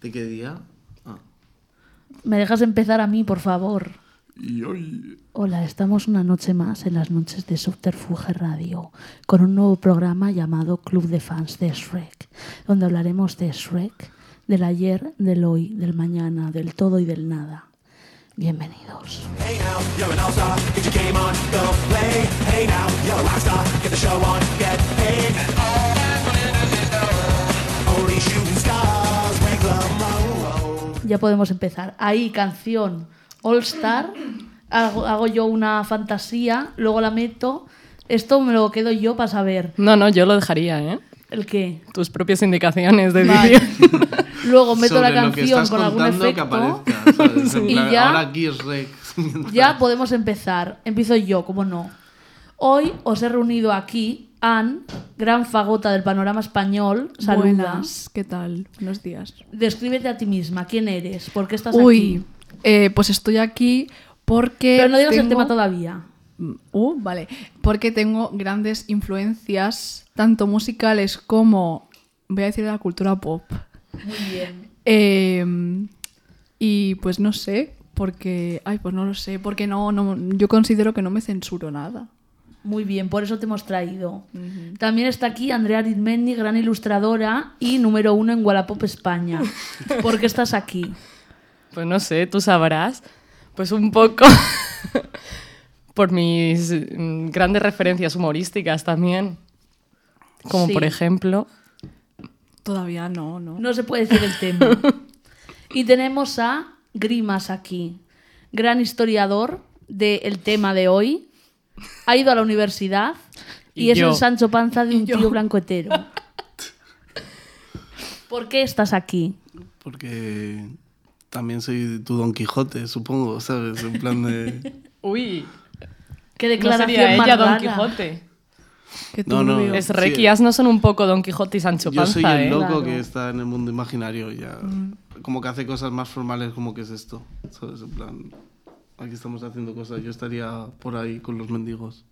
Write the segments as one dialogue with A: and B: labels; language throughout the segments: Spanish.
A: ¿De qué día? Ah.
B: ¿Me dejas empezar a mí, por favor?
A: Y hoy.
B: Hola, estamos una noche más en las noches de Subterfuge Radio con un nuevo programa llamado Club de Fans de Shrek, donde hablaremos de Shrek, del ayer, del hoy, del mañana, del todo y del nada. Bienvenidos.
C: Hey now, you're an all-star. Get your game on, go play. Hey now, you're a rock star. Get the show on, get paid. Only shooting stars oh, break the mold.
B: Ya podemos empezar. Ahí, canción All Star. Hago, hago yo una fantasía, luego la meto. Esto me lo quedo yo para saber
D: No, no, yo lo dejaría, ¿eh?
B: el qué.
D: Tus propias indicaciones de
B: Vale.
D: vídeo.
B: Luego meto
A: Sobre
B: la
A: lo que
B: canción
A: estás
B: con algún
A: contando
B: efecto.
A: que aparezca. ¿sabes? En
B: Y
A: plan,
B: ya-
A: Ahora aquí es Rex.
B: Ya podemos empezar. Empiezo yo, como no. Hoy os he reunido aquí, Anne, gran fagota del panorama español. Saluda.
E: Buenas, ¿qué tal? Buenos días.
B: Descríbete a ti misma. ¿Quién eres? ¿Por qué estás
E: Uy,
B: aquí?
E: eh, pues estoy aquí porque.
B: Pero no digas el
E: tengo-
B: tema todavía.
E: Uh, vale. Porque tengo grandes influencias, tanto musicales como, voy a decir, de la cultura pop.
B: Muy bien.
E: Eh, y pues no sé, porque. Ay, pues no lo sé, porque no, no yo considero que no me censuro nada.
B: Muy bien, por eso te hemos traído. También está aquí Andrea Arizmendi, gran ilustradora y número uno en Wallapop España. ¿Por qué estás aquí?
D: Pues no sé, tú sabrás. Pues un poco por mis mm, grandes referencias humorísticas también. Como
B: Sí.
D: por ejemplo...
E: Todavía no, no.
B: No se puede decir el tema. Y tenemos a Grimas aquí, gran historiador del tema de hoy. Ha ido a la universidad y,
D: Y
B: es
D: yo.
B: el Sancho Panza de un
E: yo.
B: tío blancohetero. ¿Por qué estás aquí?
A: Porque también soy tu Don Quijote, supongo, ¿sabes? En plan de.
D: Uy,
B: ¿Qué
D: ¿no
B: declaración
D: sería ella
B: más
D: Don
B: rara?
D: Quijote?
E: Que
A: No, no.
E: turbio.
D: Es
A: Sí. eh.
D: Rey y As no son un poco Don Quijote y Sancho
A: Yo
D: Panza,
A: soy el
D: ¿eh?
A: loco
B: Claro. Mm.
A: que está en el mundo imaginario ya. Como que hace cosas más formales, como que es esto, ¿sabes? En plan. Aquí estamos haciendo cosas, yo estaría por ahí con los mendigos.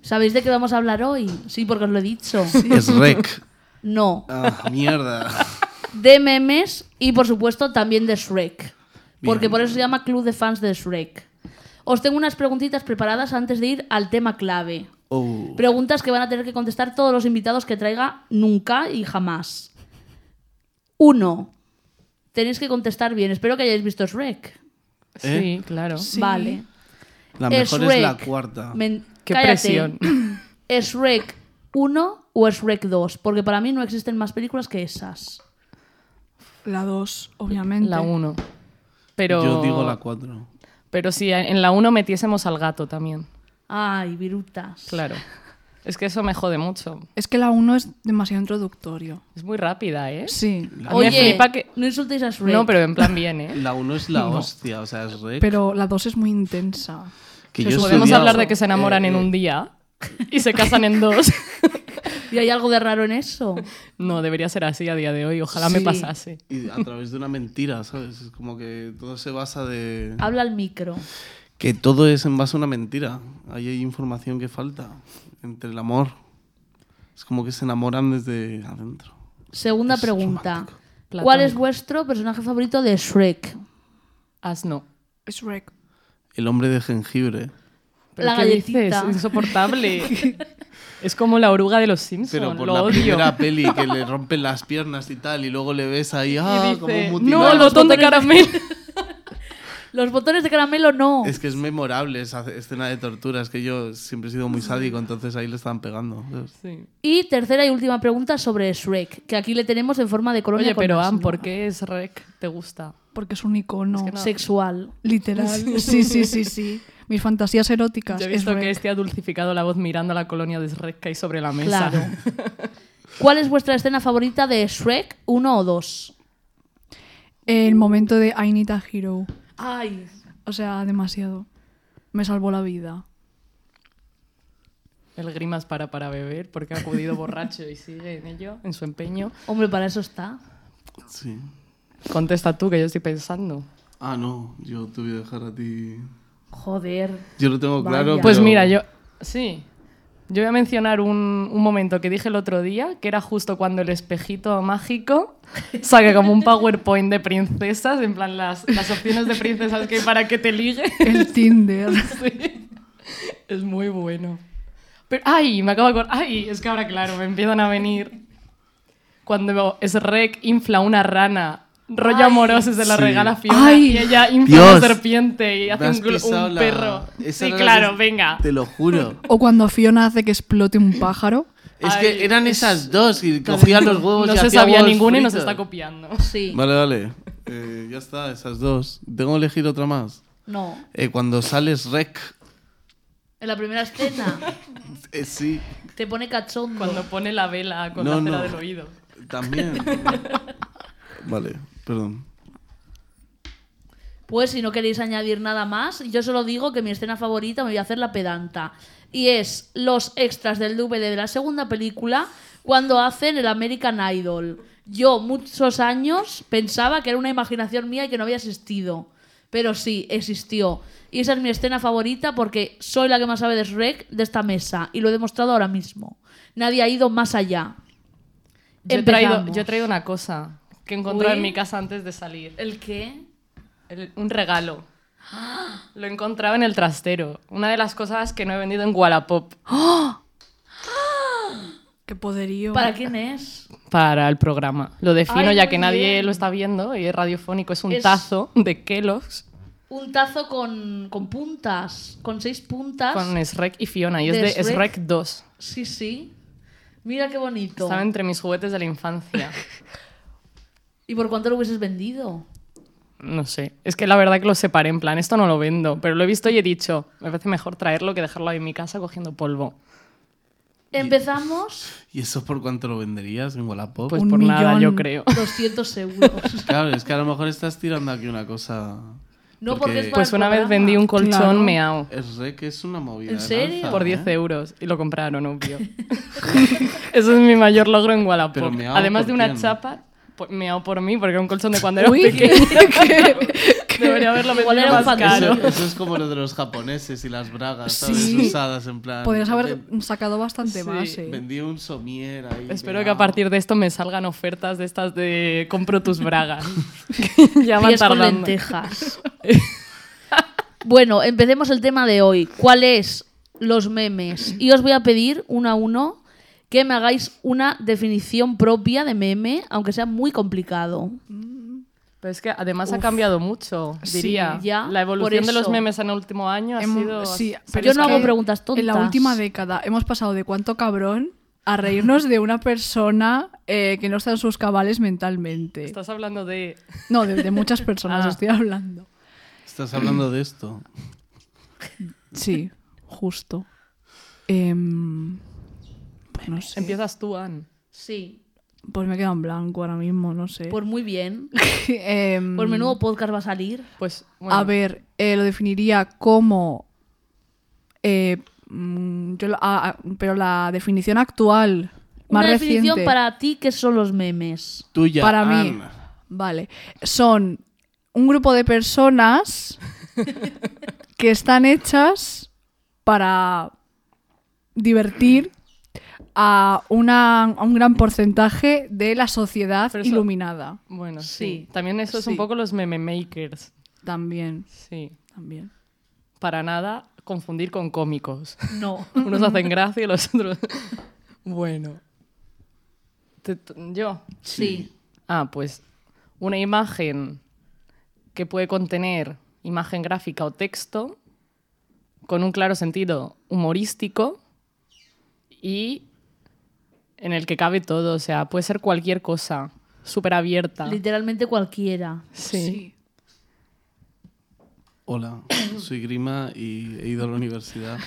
B: ¿Sabéis de qué vamos a hablar hoy? Sí, porque os lo he dicho.
A: Es rec.
B: No.
A: Ah, mierda.
B: De memes y, por supuesto, también de Shrek. Porque
A: Bien.
B: por eso se llama Club de Fans de Shrek. Os tengo unas preguntitas preparadas antes de ir al tema clave.
A: Oh.
B: Preguntas que van a tener que contestar todos los invitados que traiga nunca y jamás. Uno. Tenéis que contestar bien. Espero que hayáis visto Shrek.
A: ¿Eh?
D: Sí, claro.
E: Sí.
B: Vale.
A: La mejor es, la
B: Shrek.
A: cuarta.
B: Men-
D: Qué
B: cállate.
D: presión.
B: ¿Es Shrek 1 o es Shrek 2? Porque para mí no existen más películas que esas.
E: La 2, obviamente.
D: La 1. Pero,
A: Yo digo la cuatro.
D: pero si en la 1 metiésemos al gato también,
B: Ay, virutas.
D: claro. Es que eso me jode mucho.
E: Es que la 1 es demasiado introductorio.
D: Es muy rápida, ¿eh?
E: Sí.
D: A mí
B: Oye,
D: me flipa que...
B: no insultéis a Shrek.
D: No, pero en plan bien, ¿eh?
A: La uno es la hostia, o sea, es rec.
E: Pero la 2 es muy intensa.
A: que
E: Pues
A: yo he
D: Podemos
A: estudiado-
D: hablar de que se enamoran
A: eh,
D: en
A: eh,
D: un día y se casan en dos.
B: ¿Y hay algo de raro en eso?
D: No, debería ser así a día de hoy. Ojalá me
B: Sí.
D: pasase.
A: eh, Y a través de una mentira, ¿sabes? Es como que todo se basa de...
B: Habla al micro.
A: Que todo es en base a una mentira. Ahí hay información que falta entre el amor. Es como que se enamoran desde adentro.
B: Segunda
A: Es
B: pregunta.
A: romántico.
B: ¿Cuál
D: Platónico.
B: es vuestro personaje favorito de Shrek?
D: Asno.
E: Shrek.
A: El hombre de jengibre.
D: ¿Pero
B: La
D: qué
B: galletita.
D: dices? Insoportable. es como la oruga de los Simpsons.
A: Pero por
D: Lo
A: la
D: odio.
A: primera peli que le rompen las piernas y tal, y luego le ves ahí, ah,
D: Y
A: como un
D: dice,
A: mutilado.
D: no, el botón de caramelo.
B: Los botones de caramelo no.
A: Es que es memorable esa escena de tortura. Es que yo siempre he sido muy sádico, entonces ahí le estaban pegando. ¿sabes?
D: Sí.
B: Y tercera y última pregunta sobre Shrek, que aquí le tenemos en forma de colonia
D: Oye,
B: con
D: pero Ann,
B: asno.
D: ¿por qué es rec? ¿Te gusta?
E: Porque es un icono.
B: Sexual.
E: Literal. Sí, sí, sí, sí. Mis fantasías eróticas.
D: Yo he
E: es
D: visto que
E: Shrek.
D: este ha dulcificado la voz mirando la colonia de Shrek que hay sobre la mesa.
B: Claro. ¿Cuál es vuestra escena favorita de Shrek 1 o 2?
E: El momento de I need a hero.
B: Ay.
E: O sea, demasiado. Me salvó la vida.
D: El grimas para para beber porque ha acudido borracho y sigue en ello, en su empeño.
B: Hombre, para eso está.
A: Sí.
D: Contesta tú, que yo estoy pensando.
A: Ah, no, yo te voy a dejar a ti.
B: Joder.
A: Yo lo tengo
B: Vaya.
A: claro.
B: Ya.
D: Pues
A: pero-
D: mira, yo. Sí. Yo voy a mencionar un, un momento que dije el otro día, que era justo cuando el espejito mágico saca como un PowerPoint de princesas, en plan las, las opciones de princesas que hay para que te ligue.
E: El Tinder.
D: Sí. Es muy bueno. Pero, ay, me acabo de acordar. Ay, es que ahora, claro, me empiezan a venir. Cuando Shrek infla una rana, rollo amoroso, se la
A: Sí.
D: regala a Fiona
E: Ay.
D: y ella infla una
A: Dios.
D: serpiente y hace
A: Me
D: un,
A: has
D: glu-
A: pisado
D: un
A: la-
D: perro.
A: esa
D: Sí,
A: era la
D: claro,
A: que-
D: venga.
A: Te lo juro.
E: O cuando Fiona hace que explote un pájaro.
A: Es
D: Ay,
A: que eran
D: es-
A: esas dos y cogían los huevos
D: No
A: y
D: se
A: hacía
D: sabía
A: huevos
D: ninguna y nos
A: fritos.
D: está copiando.
B: Sí.
A: Vale, vale. Eh, ya está, esas dos. Tengo que elegir otra más.
B: No.
A: Eh, cuando sales rec.
B: En la primera escena
A: Eh, sí,
B: te pone cachondo.
D: Cuando pone la vela con
A: No,
D: la cera
A: no.
D: del oído.
A: también. vale, perdón.
B: Pues si no queréis añadir nada más, yo solo digo que mi escena favorita me voy a hacer la pedanta. Y es los extras del DVD de la segunda película cuando hacen el American Idol. Yo muchos años pensaba que era una imaginación mía y que no había existido. Pero sí, existió. Y esa es mi escena favorita porque soy la que más sabe de Shrek de esta mesa. Y lo he demostrado ahora mismo. Nadie ha ido más allá.
D: Yo he, traído,
B: Empezamos.
D: yo he traído una cosa que encontré
B: Uy.
D: en mi casa antes de salir.
B: ¿El qué?
D: El- un regalo. Lo he encontrado en el trastero. Una de las cosas que no he vendido en Wallapop
E: Qué poderío.
B: ¿Para quién es?
D: para el programa. Lo defino
B: Ay,
D: ya
B: muy
D: que nadie
B: bien.
D: lo está viendo y es radiofónico. Es un
B: Es-
D: tazo de Kellogg's
B: Un tazo con, con puntas, con seis puntas.
D: con Shrek y Fiona y es
B: De
D: de
B: Shrek.
D: Shrek, 2.
B: Sí, sí. Mira qué bonito.
D: Estaba entre mis juguetes de la infancia.
B: ¿Y por cuánto lo hubieses vendido?
D: No sé. Es que la verdad que lo separé en plan, esto no lo vendo, pero lo he visto y he dicho, me parece mejor traerlo que dejarlo ahí en mi casa cogiendo polvo.
B: Empezamos
A: ¿Y eso por cuánto lo venderías en Wallapop?
D: Pues
E: Un
D: por nada,
E: millón.
D: yo creo.
B: 200 euros.
A: claro, es que a lo mejor estás tirando aquí una cosa.
B: No, porque es para-
D: Pues una vez
B: programa.
D: vendí un colchón
E: Claro.
D: meao
A: Es rec es una movida.
B: ¿En
A: de
B: serio?
A: lanza,
D: por
A: ¿eh?
D: 10 euros y lo compraron, obvio. Eso es mi mayor logro en Wallapop.
A: Pero meao
D: Además
A: por
D: de una
A: quién.
D: chapa, po- meao por mí, porque era un colchón de cuando era
E: Uy,
D: pequeño.
E: qué-
D: Debería haberlo
B: Igual era
D: vendido
B: un
D: más
B: fantasma.
D: caro.
A: Eso, eso es como lo de los japoneses y las bragas, ¿sabes?
E: Sí.
A: Usadas en plan.
E: Podrías haber
A: Ven-
E: sacado bastante
D: Sí.
E: más, eh.
A: Vendí un somier ahí.
D: Espero
A: pegado.
D: que a partir de esto me salgan ofertas de estas de compro tus bragas. ya van
B: Pies con
D: tardando.
B: lentejas. bueno, empecemos el tema de hoy. ¿Cuál es los memes? Y os voy a pedir uno a uno que me hagáis una definición propia de meme, aunque sea muy complicado.
D: Pero es que además ha cambiado mucho,
E: Sí,
D: diría.
B: ya,
D: la evolución
B: por
D: de los
B: eso.
D: memes en el último año ha
E: Hemo-
D: sido.
E: Em, sí,
B: Yo
E: es
B: no hago
E: que
B: preguntas
E: En la
B: tontas.
E: última década hemos pasado de cuánto cabrón a reírnos de una persona eh, que no está en sus cabales mentalmente.
D: Estás hablando de.
E: No, de, de muchas personas
D: Ah.
E: estoy hablando.
A: Estás hablando de esto.
E: Sí, justo. Em, pues no sé.
D: Empiezas tú, Anne.
B: Sí,
E: Pues me queda en blanco ahora mismo, no sé.
B: pues muy bien.
E: Em,
B: Pues menudo podcast va a salir.
D: Pues. bueno,
E: A ver, eh, lo definiría como. eh, mm, yo, lo- ah, ah, pero la definición actual,
B: Una
E: más reciente.
B: definición para ti que son los memes.
A: Tuya.
E: Para mí.
A: Ana.
E: Vale. Son un grupo de personas que están hechas para divertir a, una- a un gran porcentaje de la sociedad
D: Pero eso-
E: iluminada.
D: Bueno,
B: Sí.
D: sí. También eso es
E: Sí.
D: un poco los meme makers.
E: También,
D: Sí.
E: también.
D: Para nada confundir con cómicos.
B: No.
D: Unos hacen gracia y los otros. bueno. Te- t- yo.
B: Sí.
D: Ah, pues una imagen que puede contener imagen gráfica o texto con un claro sentido humorístico y en el que cabe todo, o sea, puede ser cualquier cosa, súper abierta.
B: Literalmente cualquiera.
D: Sí.
A: Hola, soy Grima y he ido a la universidad.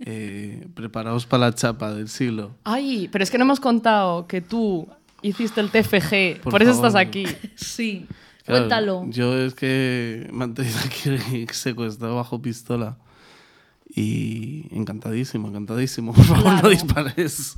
A: Eh, preparaos para la chapa del siglo.
D: Ay, pero es que no hemos contado que tú hiciste el TFG, por,
A: Por
D: eso
A: favor.
D: estás aquí.
B: Sí.
A: Claro,
B: Cuéntalo.
A: Yo es que me han tenido aquí secuestrado bajo pistola. Y encantadísimo, encantadísimo. Por favor, no dispares.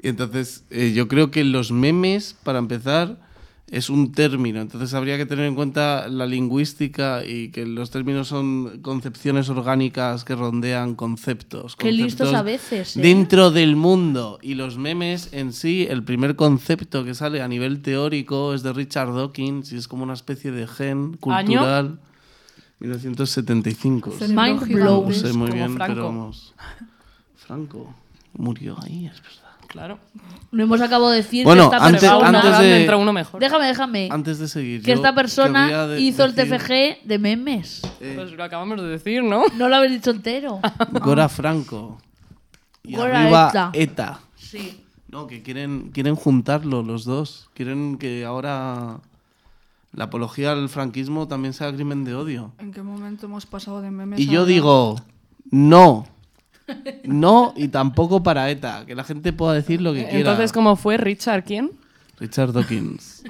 A: Y entonces, eh, yo creo que los memes, para empezar, es un término. Entonces habría que tener en cuenta la lingüística y que los términos son concepciones orgánicas que rondean conceptos.
B: Qué listos
A: conceptos
B: a veces, ¿eh?
A: Dentro del mundo. Y los memes en sí, el primer concepto que sale a nivel teórico es de Richard Dawkins y es como una especie de gen cultural. 1975.
E: Se
A: No
D: Mind
E: Tecnología.
D: blown,
E: No
A: sé muy
D: como
A: bien,
D: Franco.
A: pero vamos. Franco murió ahí, es verdad.
D: Claro.
B: No hemos acabado de decir
A: Bueno,
B: que esta
A: Antes-
D: Pero va uno
B: persona...
A: antes de-
D: grande, entra uno mejor.
B: Déjame, déjame.
A: Antes de seguir,
B: Eh, que
A: yo
B: esta persona
A: querría de-
B: hizo
A: decir-
B: el TFG de memes.
A: Eh,
D: Pues lo acabamos de decir, ¿no?
B: No lo habéis dicho entero.
A: Gora Franco. Y
B: Gora
A: arriba
B: Eta.
A: ETA.
B: Sí.
A: No, que quieren, quieren juntarlo los dos. Quieren que ahora la apología al franquismo también sea crimen de odio.
E: ¿En qué momento hemos pasado de memes?
A: Y
E: a
A: yo
E: hablar?
A: digo, no. No, y tampoco para ETA. Que la gente pueda decir lo que quiera.
D: Entonces, ¿cómo fue Richard? ¿Quién?
A: Richard Dawkins.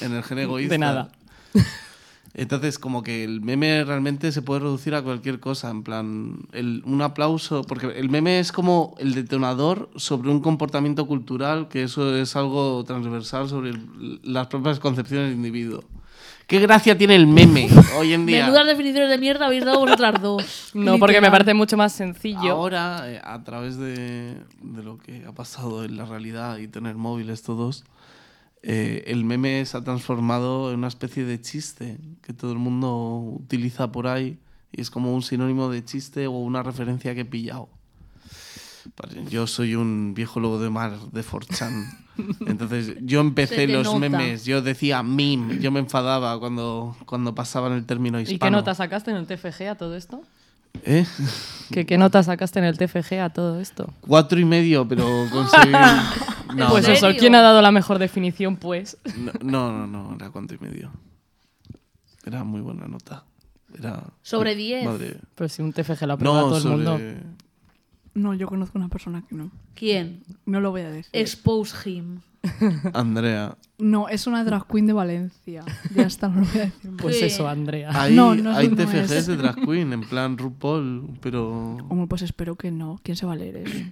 A: en el gen egoísta.
D: De nada.
A: Entonces, como que el meme realmente se puede reducir a cualquier cosa, en plan, el- un aplauso, porque el meme es como el detonador sobre un comportamiento cultural, que eso es algo transversal sobre el- las propias concepciones del individuo. ¿Qué gracia tiene el meme hoy en día?
B: Menudas definiciones de mierda habéis dado vosotras dos.
D: No, porque me
B: Literal.
D: parece mucho más sencillo.
A: Ahora, eh, a través de, de lo que ha pasado en la realidad y tener móviles todos, eh, el meme se ha transformado en una especie de chiste que todo el mundo utiliza por ahí y es como un sinónimo de chiste o una referencia que he pillado. Vale, Yo soy un viejo lobo de mar de Forchan. Entonces yo
B: Se
A: empecé
B: te
A: los
B: nota.
A: memes, yo decía meme, yo me enfadaba cuando, cuando pasaban el término hispano.
D: ¿Y qué nota sacaste en el TFG a todo esto?
A: ¿Eh?
D: ¿Qué, qué nota sacaste en el TFG a todo esto?
A: Cuatro y medio, pero conseguí. No,
D: pues
A: no,
D: eso,
B: serio?
D: ¿quién ha dado la mejor definición? Pues.
A: No, no, no, no, era cuatro y medio. Era muy buena nota. Era.
B: Sobre 10.
A: Madre.
D: Pero pues si un TFG lo aprueba
A: No,
D: todo
A: sobre.
D: el mundo.
E: No, yo conozco una persona que no.
B: ¿Quién?
E: No lo voy a decir.
B: Expose him.
A: Andrea.
E: Eh, No, es una drag queen de Valencia. Ya está, no lo voy a decir. más.
D: Pues
B: Sí.
D: eso, Andrea.
A: Hay,
E: No, no,
A: hay
E: no
A: TFGs
E: es.
A: de drag queen, en plan RuPaul, pero.
E: Hombre, pues espero que no. ¿Quién se va a leer eso?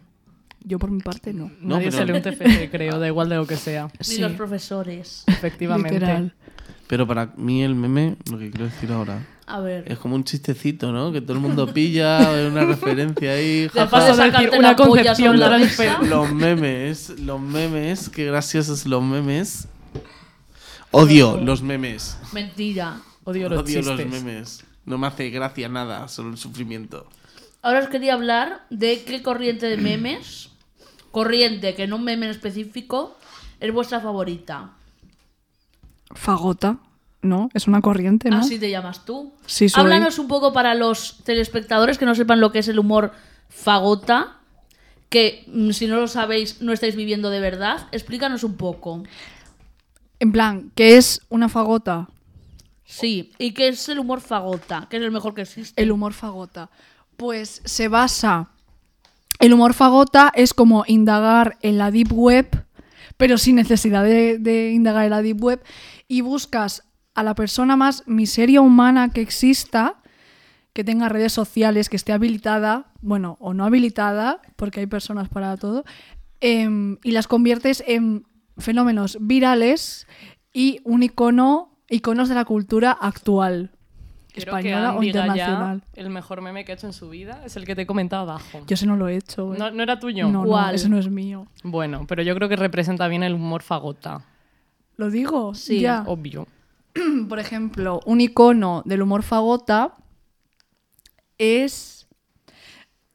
E: Yo por mi parte no.
A: No,
D: Nadie
A: pero-
D: se lee un TFG, creo, da igual de lo que sea.
B: Ni los profesores.
D: Efectivamente.
E: literal.
A: Pero para mí el meme, lo que quiero decir ahora,
B: A ver.
A: es como un chistecito, ¿no? Que todo el mundo pilla, hay una referencia ahí.
B: Te
A: jaja.
B: vas a sacarte
D: decir
B: la
D: una
B: polla
D: concepción
B: sobre la
D: transfer-
B: mesa.
A: Los memes, los memes, qué graciosos los memes. Odio los memes.
B: Mentira.
D: Odio los
A: Odio
D: chistes.
A: los memes. No me hace gracia nada, solo el sufrimiento.
B: Ahora os quería hablar de qué corriente de memes, corriente que no un meme en específico, es vuestra favorita.
E: Fagota, ¿no? Es una corriente, ¿no?
B: Así te llamas tú.
E: Sí, soy.
B: Háblanos un poco para los telespectadores que no sepan lo que es el humor fagota, que mm, si no lo sabéis no estáis viviendo de verdad. Explícanos un poco.
E: En plan, ¿qué es una fagota?
B: Sí, ¿y qué es el humor fagota? Que es el mejor que existe.
E: El humor fagota. Pues se basa. El humor fagota es como indagar en la deep web, pero sin necesidad de, de indagar en la deep web, y buscas a la persona más miseria humana que exista, que tenga redes sociales, que esté habilitada, bueno, o no habilitada, porque hay personas para todo, em, y las conviertes en fenómenos virales y un icono, iconos de la cultura actual,
D: Creo que
E: española o
D: Andy Gaya,
E: internacional.
D: el mejor meme que ha hecho en su vida es el que te he comentado abajo.
E: Yo ese no lo he hecho. eh.
D: No, no era tuyo.
E: no, no,
B: ¿Cuál?
E: ese no es mío.
D: Bueno, pero yo creo que representa bien el humor fagota.
E: ¿Lo digo?
B: Sí.
E: Ya.
D: Obvio.
E: Por ejemplo, un icono del humor fagota es...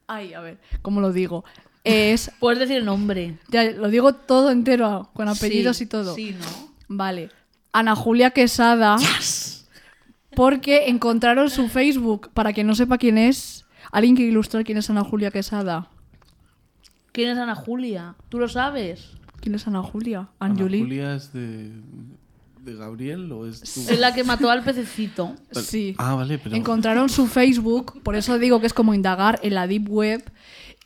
E: Ay, a ver, ¿cómo lo digo? Es...
B: Puedes decir el nombre.
E: Ya, lo digo todo entero, con apellidos
B: Sí,
E: y todo.
B: Sí, ¿no?
E: Vale. Ana Julia Quesada. Porque encontraron su Facebook, para quien no sepa quién es, alguien que ilustrar quién es Ana Julia Quesada.
B: ¿Quién es Ana Julia? ¿Tú lo sabes?
E: ¿Quién es Ana Julia?
A: Ana
E: Anjuli.
A: Julia es de, de Gabriel o es tu-
B: Es la que mató al pececito.
E: Sí.
A: Ah, vale, pero
E: Encontraron su Facebook, por eso digo que es como indagar en la deep web.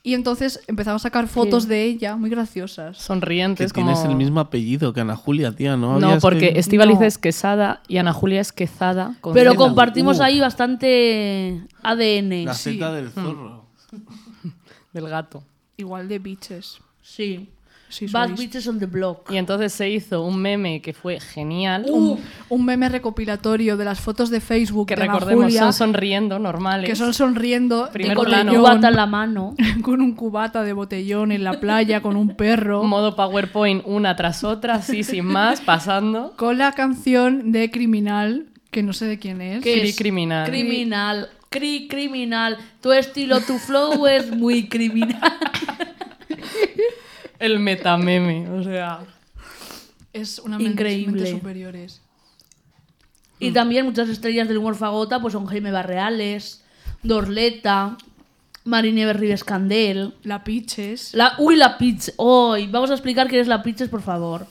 E: Y entonces empezaron a sacar fotos de ella, muy graciosas.
A: que
D: Sonrientes, como...
A: tienes el mismo apellido que Ana Julia, tía, ¿no?
D: No,
A: Habías
D: porque
A: que-
D: Estivaliz
E: No.
D: es Quesada y Ana Julia es Quezada. con
B: Pero
D: Z.
B: compartimos
A: Uh.
B: ahí bastante ADN.
A: La
B: Sí.
D: Mm.
A: Z del zorro.
D: Del gato.
E: Igual de bitches.
B: Sí.
E: si
B: Bad
E: sois.
B: Witches on the Block.
D: Y entonces se hizo un meme que fue genial.
B: Uh.
E: un, un meme recopilatorio de las fotos de Facebook
D: que
E: de la
D: recordemos,
E: Julia,
D: son sonriendo, normales.
E: que son sonriendo
D: Primer
E: y
B: con
D: plano.
B: el cubata en
E: botellón,
B: la mano.
E: con un cubata de botellón en la playa con un perro
D: Modo PowerPoint, una tras otra, así sin más, pasando.
E: con la canción de Criminal que no sé de quién es
D: ¿Qué? Cri
B: es
D: criminal.
B: Criminal. Cri criminal. Tu estilo, tu flow es muy criminal.
D: El metameme, o sea.
E: es una
B: Increíble.
E: mentes superiores
B: y también muchas estrellas del humor fagota pues son Jaime Barreales, Dorleta, Marine Rives Candel.
E: la Piches
B: La, uy, la pizza. Hoy vamos a explicar qué es la pizza, por favor.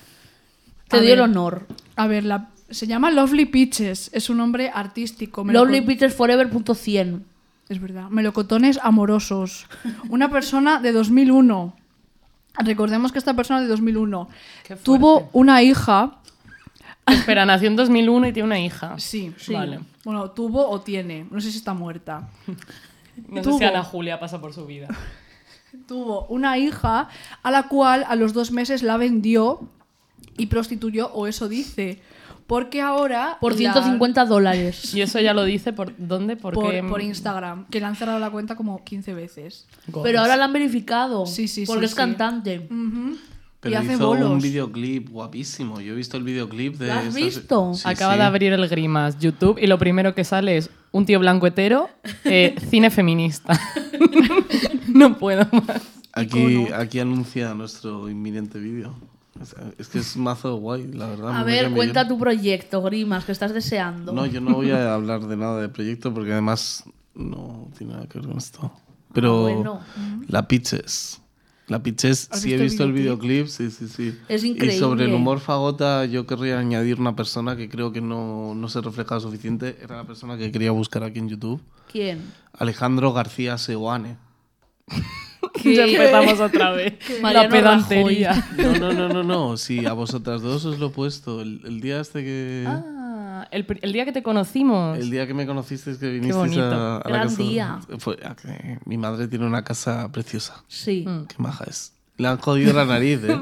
B: Te
E: A
B: doy el
E: ver.
B: honor.
E: a ver la se llama Lovely Piches es un nombre artístico me lo
B: Lovely
E: con-
B: Pizzas Forever punto 100.
E: Es verdad. Melocotones amorosos. Una persona de 2001. Recordemos que esta persona de 2001
D: Qué fuerte.
E: tuvo una hija.
D: Espera, nació en 2001 y tiene una hija.
E: Sí,
D: sí. Vale.
E: Bueno, tuvo o tiene. No sé si está muerta.
D: No sé
E: Tuvo.
D: si Ana Julia pasa por su vida.
E: Tuvo una hija a la cual a los dos meses la vendió y prostituyó, o eso dice. Porque ahora.
B: Por
E: la-
B: 150 dólares.
D: Y eso ya lo dice por dónde, por,
E: por,
D: qué?
E: por Instagram. Que le han cerrado la cuenta como 15 veces.
D: Goals.
B: Pero ahora la han verificado.
E: Sí, sí, sí,
B: Porque es
E: sí.
B: cantante.
A: Ah,
E: Ujú.
A: Pero
E: y hace
A: hizo
E: bolos.
A: un videoclip guapísimo. Yo he visto el videoclip de.
B: ¿Lo has
A: esas-
B: visto?
A: Sí,
D: Acaba
A: sí.
D: de abrir el Grimas YouTube y lo primero que sale es un tío blanco hetero, eh, cine feminista. no puedo más.
A: Aquí, aquí anuncia nuestro inminente vídeo. O sea, es que es mazo guay, la verdad.
B: A
A: me cae
B: ver,
A: muy
B: cuenta
A: bien.
B: tu proyecto, Grimas, que estás deseando.
A: No, yo no voy a hablar de nada de proyecto porque además no tiene nada que ver con esto. Pero
B: Ah, bueno.
A: la Pitches. La Pitches,
E: ¿Has
A: sí he
E: visto
A: visto
E: el
A: el videoclip, sí, sí, sí.
B: Es
A: Y sobre el
B: increíble.
A: humor fagota, yo querría añadir una persona que creo que no, no se reflejaba suficiente. Era la persona que quería buscar aquí en YouTube.
B: ¿Quién?
A: Alejandro García Seguane.
D: Ya empezamos otra vez. La
B: Mariano
D: pedantería.
A: No, no, no, no, no. Sí, a vosotras dos os lo he puesto. El, el día este que.
D: Ah, el, pri- el día que te conocimos.
A: El día que me conocisteis que vinisteis
D: Ah. bonito.
A: a, a la
B: Gran
A: casa.
B: día.
A: Fue- a que mi madre tiene una casa preciosa.
B: Sí.
A: Qué maja es. Le han jodido la nariz, ¿eh?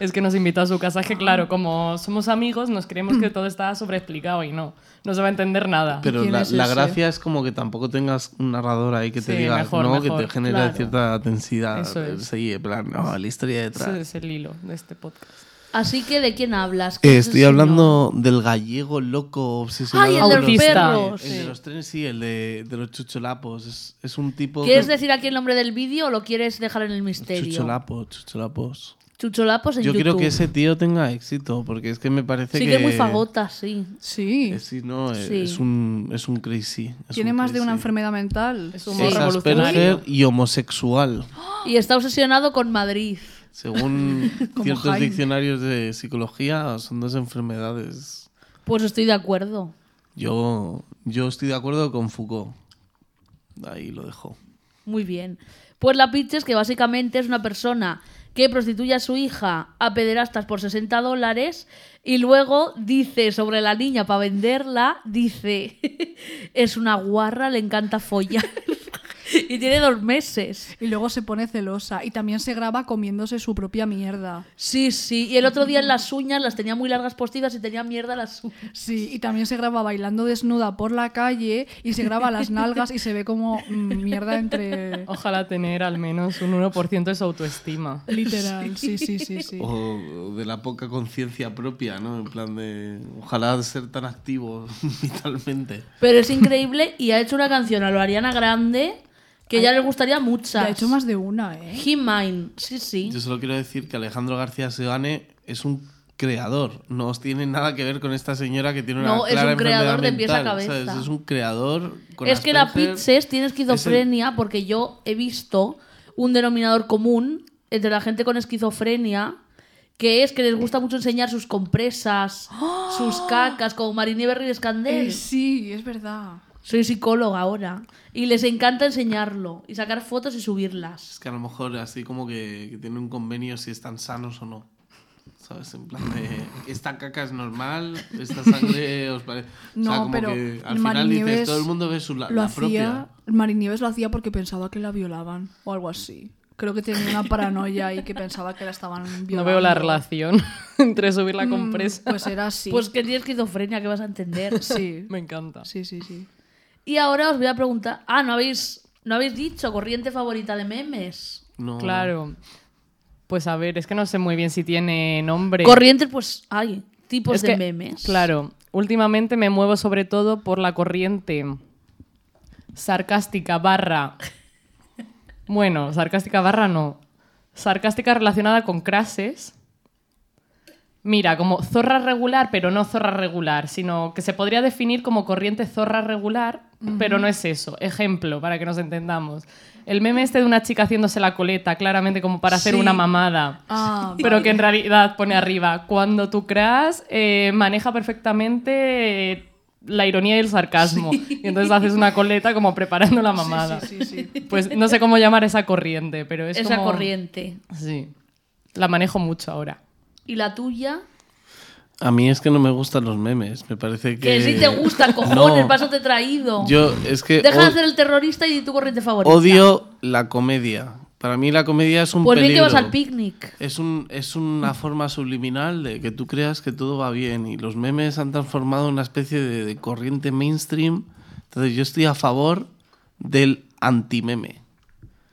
D: Es que nos invitó a su casa, es que claro, como somos amigos, nos creemos que todo está sobreexplicado y no, no se va a entender nada.
A: Pero
E: ¿Quién
A: la,
E: es
A: la
E: ese?
A: gracia es como que tampoco tengas un narrador ahí que te
D: Sí,
A: diga,
D: mejor,
A: ¿no?
D: mejor,
A: que te genera
D: claro.
A: cierta tensidad.
D: Eso es.
A: Sí, en plan, no, la historia detrás.
D: Ese es el hilo de este podcast.
B: Así que, ¿de quién hablas? ¿Quién
A: Eh,
B: es el
A: Estoy
B: señor?
A: hablando del gallego loco obsesionado
B: Ay, el
A: con
D: de los
A: los
B: perros,
A: trenes. El de
B: sí.
A: los trenes, sí, el de, de los chucholapos. Es, es un tipo.
B: ¿Quieres
A: que-
B: decir aquí el nombre del vídeo o lo quieres dejar en el misterio?
A: Chucholapo, chucholapos.
B: Chucholapos en
A: Yo
B: YouTube.
A: quiero que ese tío tenga éxito, porque es que me parece
B: Sí
A: que.
B: que es muy fagota, sí.
E: Sí.
A: Eh, sí, no, eh,
B: Sí.
A: es un, es un crazy. es
E: Tiene
A: un
E: más de
A: crazy.
E: una enfermedad mental.
D: Es humor
A: Es
D: revolucionario.
A: Asperger y homosexual,
B: Y está obsesionado con Madrid.
A: según
E: Como
A: ciertos
E: Jaime.
A: diccionarios de psicología, son dos enfermedades.
B: Pues estoy de acuerdo.
A: Yo, yo estoy de acuerdo con Foucault. Ahí lo dejo.
B: Muy bien. Pues la Pitches, que básicamente es una persona que prostituye a su hija a pederastas por 60 dólares y luego dice sobre la niña para venderla, dice, es una guarra, le encanta follar. y tiene dos meses.
E: Y luego se pone celosa y también se graba comiéndose su propia mierda.
B: Sí, sí. Y el otro día en las uñas las tenía muy largas postizas y tenía mierda las uñas.
E: Sí, y también se graba bailando desnuda por la calle y se graba las nalgas y se ve como mm, mierda entre...
D: Ojalá tener al menos un 1% de su autoestima.
E: Literal, sí, sí, sí, sí.
A: O de la poca conciencia propia, ¿no? En plan de. Ojalá ser tan activo vitalmente.
B: Pero es increíble y ha hecho una canción a lo Ariana Grande que ya les gustaría
E: Le
B: muchas.
E: ha hecho más de una, ¿eh?
B: He Mine, sí, sí.
A: Yo solo quiero decir que Alejandro García Segane es un creador. No os tiene nada que ver con esta señora que tiene una
B: No, es
A: clara
B: un creador
A: enfermedad
B: de pies a
A: mental,
B: cabeza.
A: ¿sabes? Es un creador con
B: es que la
A: Asperger.
B: Pitches tiene esquizofrenia porque yo he visto un denominador común entre la gente con esquizofrenia que es que les gusta mucho enseñar sus compresas,
D: ¡Ah!
B: sus cacas, como Marine Berry
E: Eh,
B: Escandel.
E: sí, es verdad.
B: Soy psicóloga ahora. Y les encanta enseñarlo y sacar fotos y subirlas.
A: Es que a lo mejor así como que, que tiene un convenio si están sanos o no. ¿Sabes? En plan de. Esta caca es normal, esta sangre os parece.
E: No,
A: o sea, como
E: pero
A: que al final
E: Marinieves
A: dices, todo el mundo ve su la,
E: lo
A: la
E: hacía...
A: propia.
E: Marinieves lo hacía porque pensaba que la violaban o algo así. Creo que tenía una paranoia y que pensaba que la estaban violando.
D: No veo la relación entre subir la
E: Mm,
D: compresa.
E: Pues era así.
B: Pues que tienes esquizofrenia, que vas a entender.
E: sí.
D: Me encanta.
E: Sí, sí, sí.
B: Y ahora os voy a preguntar. Ah, no habéis, no habéis dicho corriente favorita de memes.
A: No.
D: Claro. Pues a ver, es que no sé muy bien si tiene nombre.
B: Corrientes, pues hay tipos
D: Es
B: de
D: que,
B: memes.
D: Claro, últimamente me muevo sobre todo por la corriente sarcástica barra. Bueno, sarcástica barra no. Sarcástica relacionada con crases. Mira, como zorra regular, pero no zorra regular, sino que se podría definir como corriente zorra regular, pero no es eso. Ejemplo, para que nos entendamos. El meme este de una chica haciéndose la coleta, claramente como para hacer
E: Sí.
D: una mamada.
E: Ah,
D: Pero
E: vale.
D: que en realidad pone arriba, cuando tu crash eh, maneja perfectamente eh, la ironía y el sarcasmo. Y entonces haces una coleta como preparando la mamada.
E: Sí, sí, sí.
D: Pues no sé cómo llamar esa corriente, pero es
B: esa
D: como-
B: corriente.
D: Sí. La manejo mucho ahora.
B: Y la tuya,
A: A mí es que no me gustan los memes. Me parece que.
B: que si te gustan, cojones,
A: No.
B: paso te he traído.
A: Yo, es que.
B: Deja de
A: o-
B: hacer el terrorista y di tu corriente favorita.
A: Odio la comedia. Para mí la comedia es un
B: Pues bien que vas
A: peligro.
B: al picnic.
A: Es, un, es una forma subliminal de que tú creas que todo va bien y los memes han transformado en una especie de, de corriente mainstream. Entonces yo estoy a favor del anti-meme,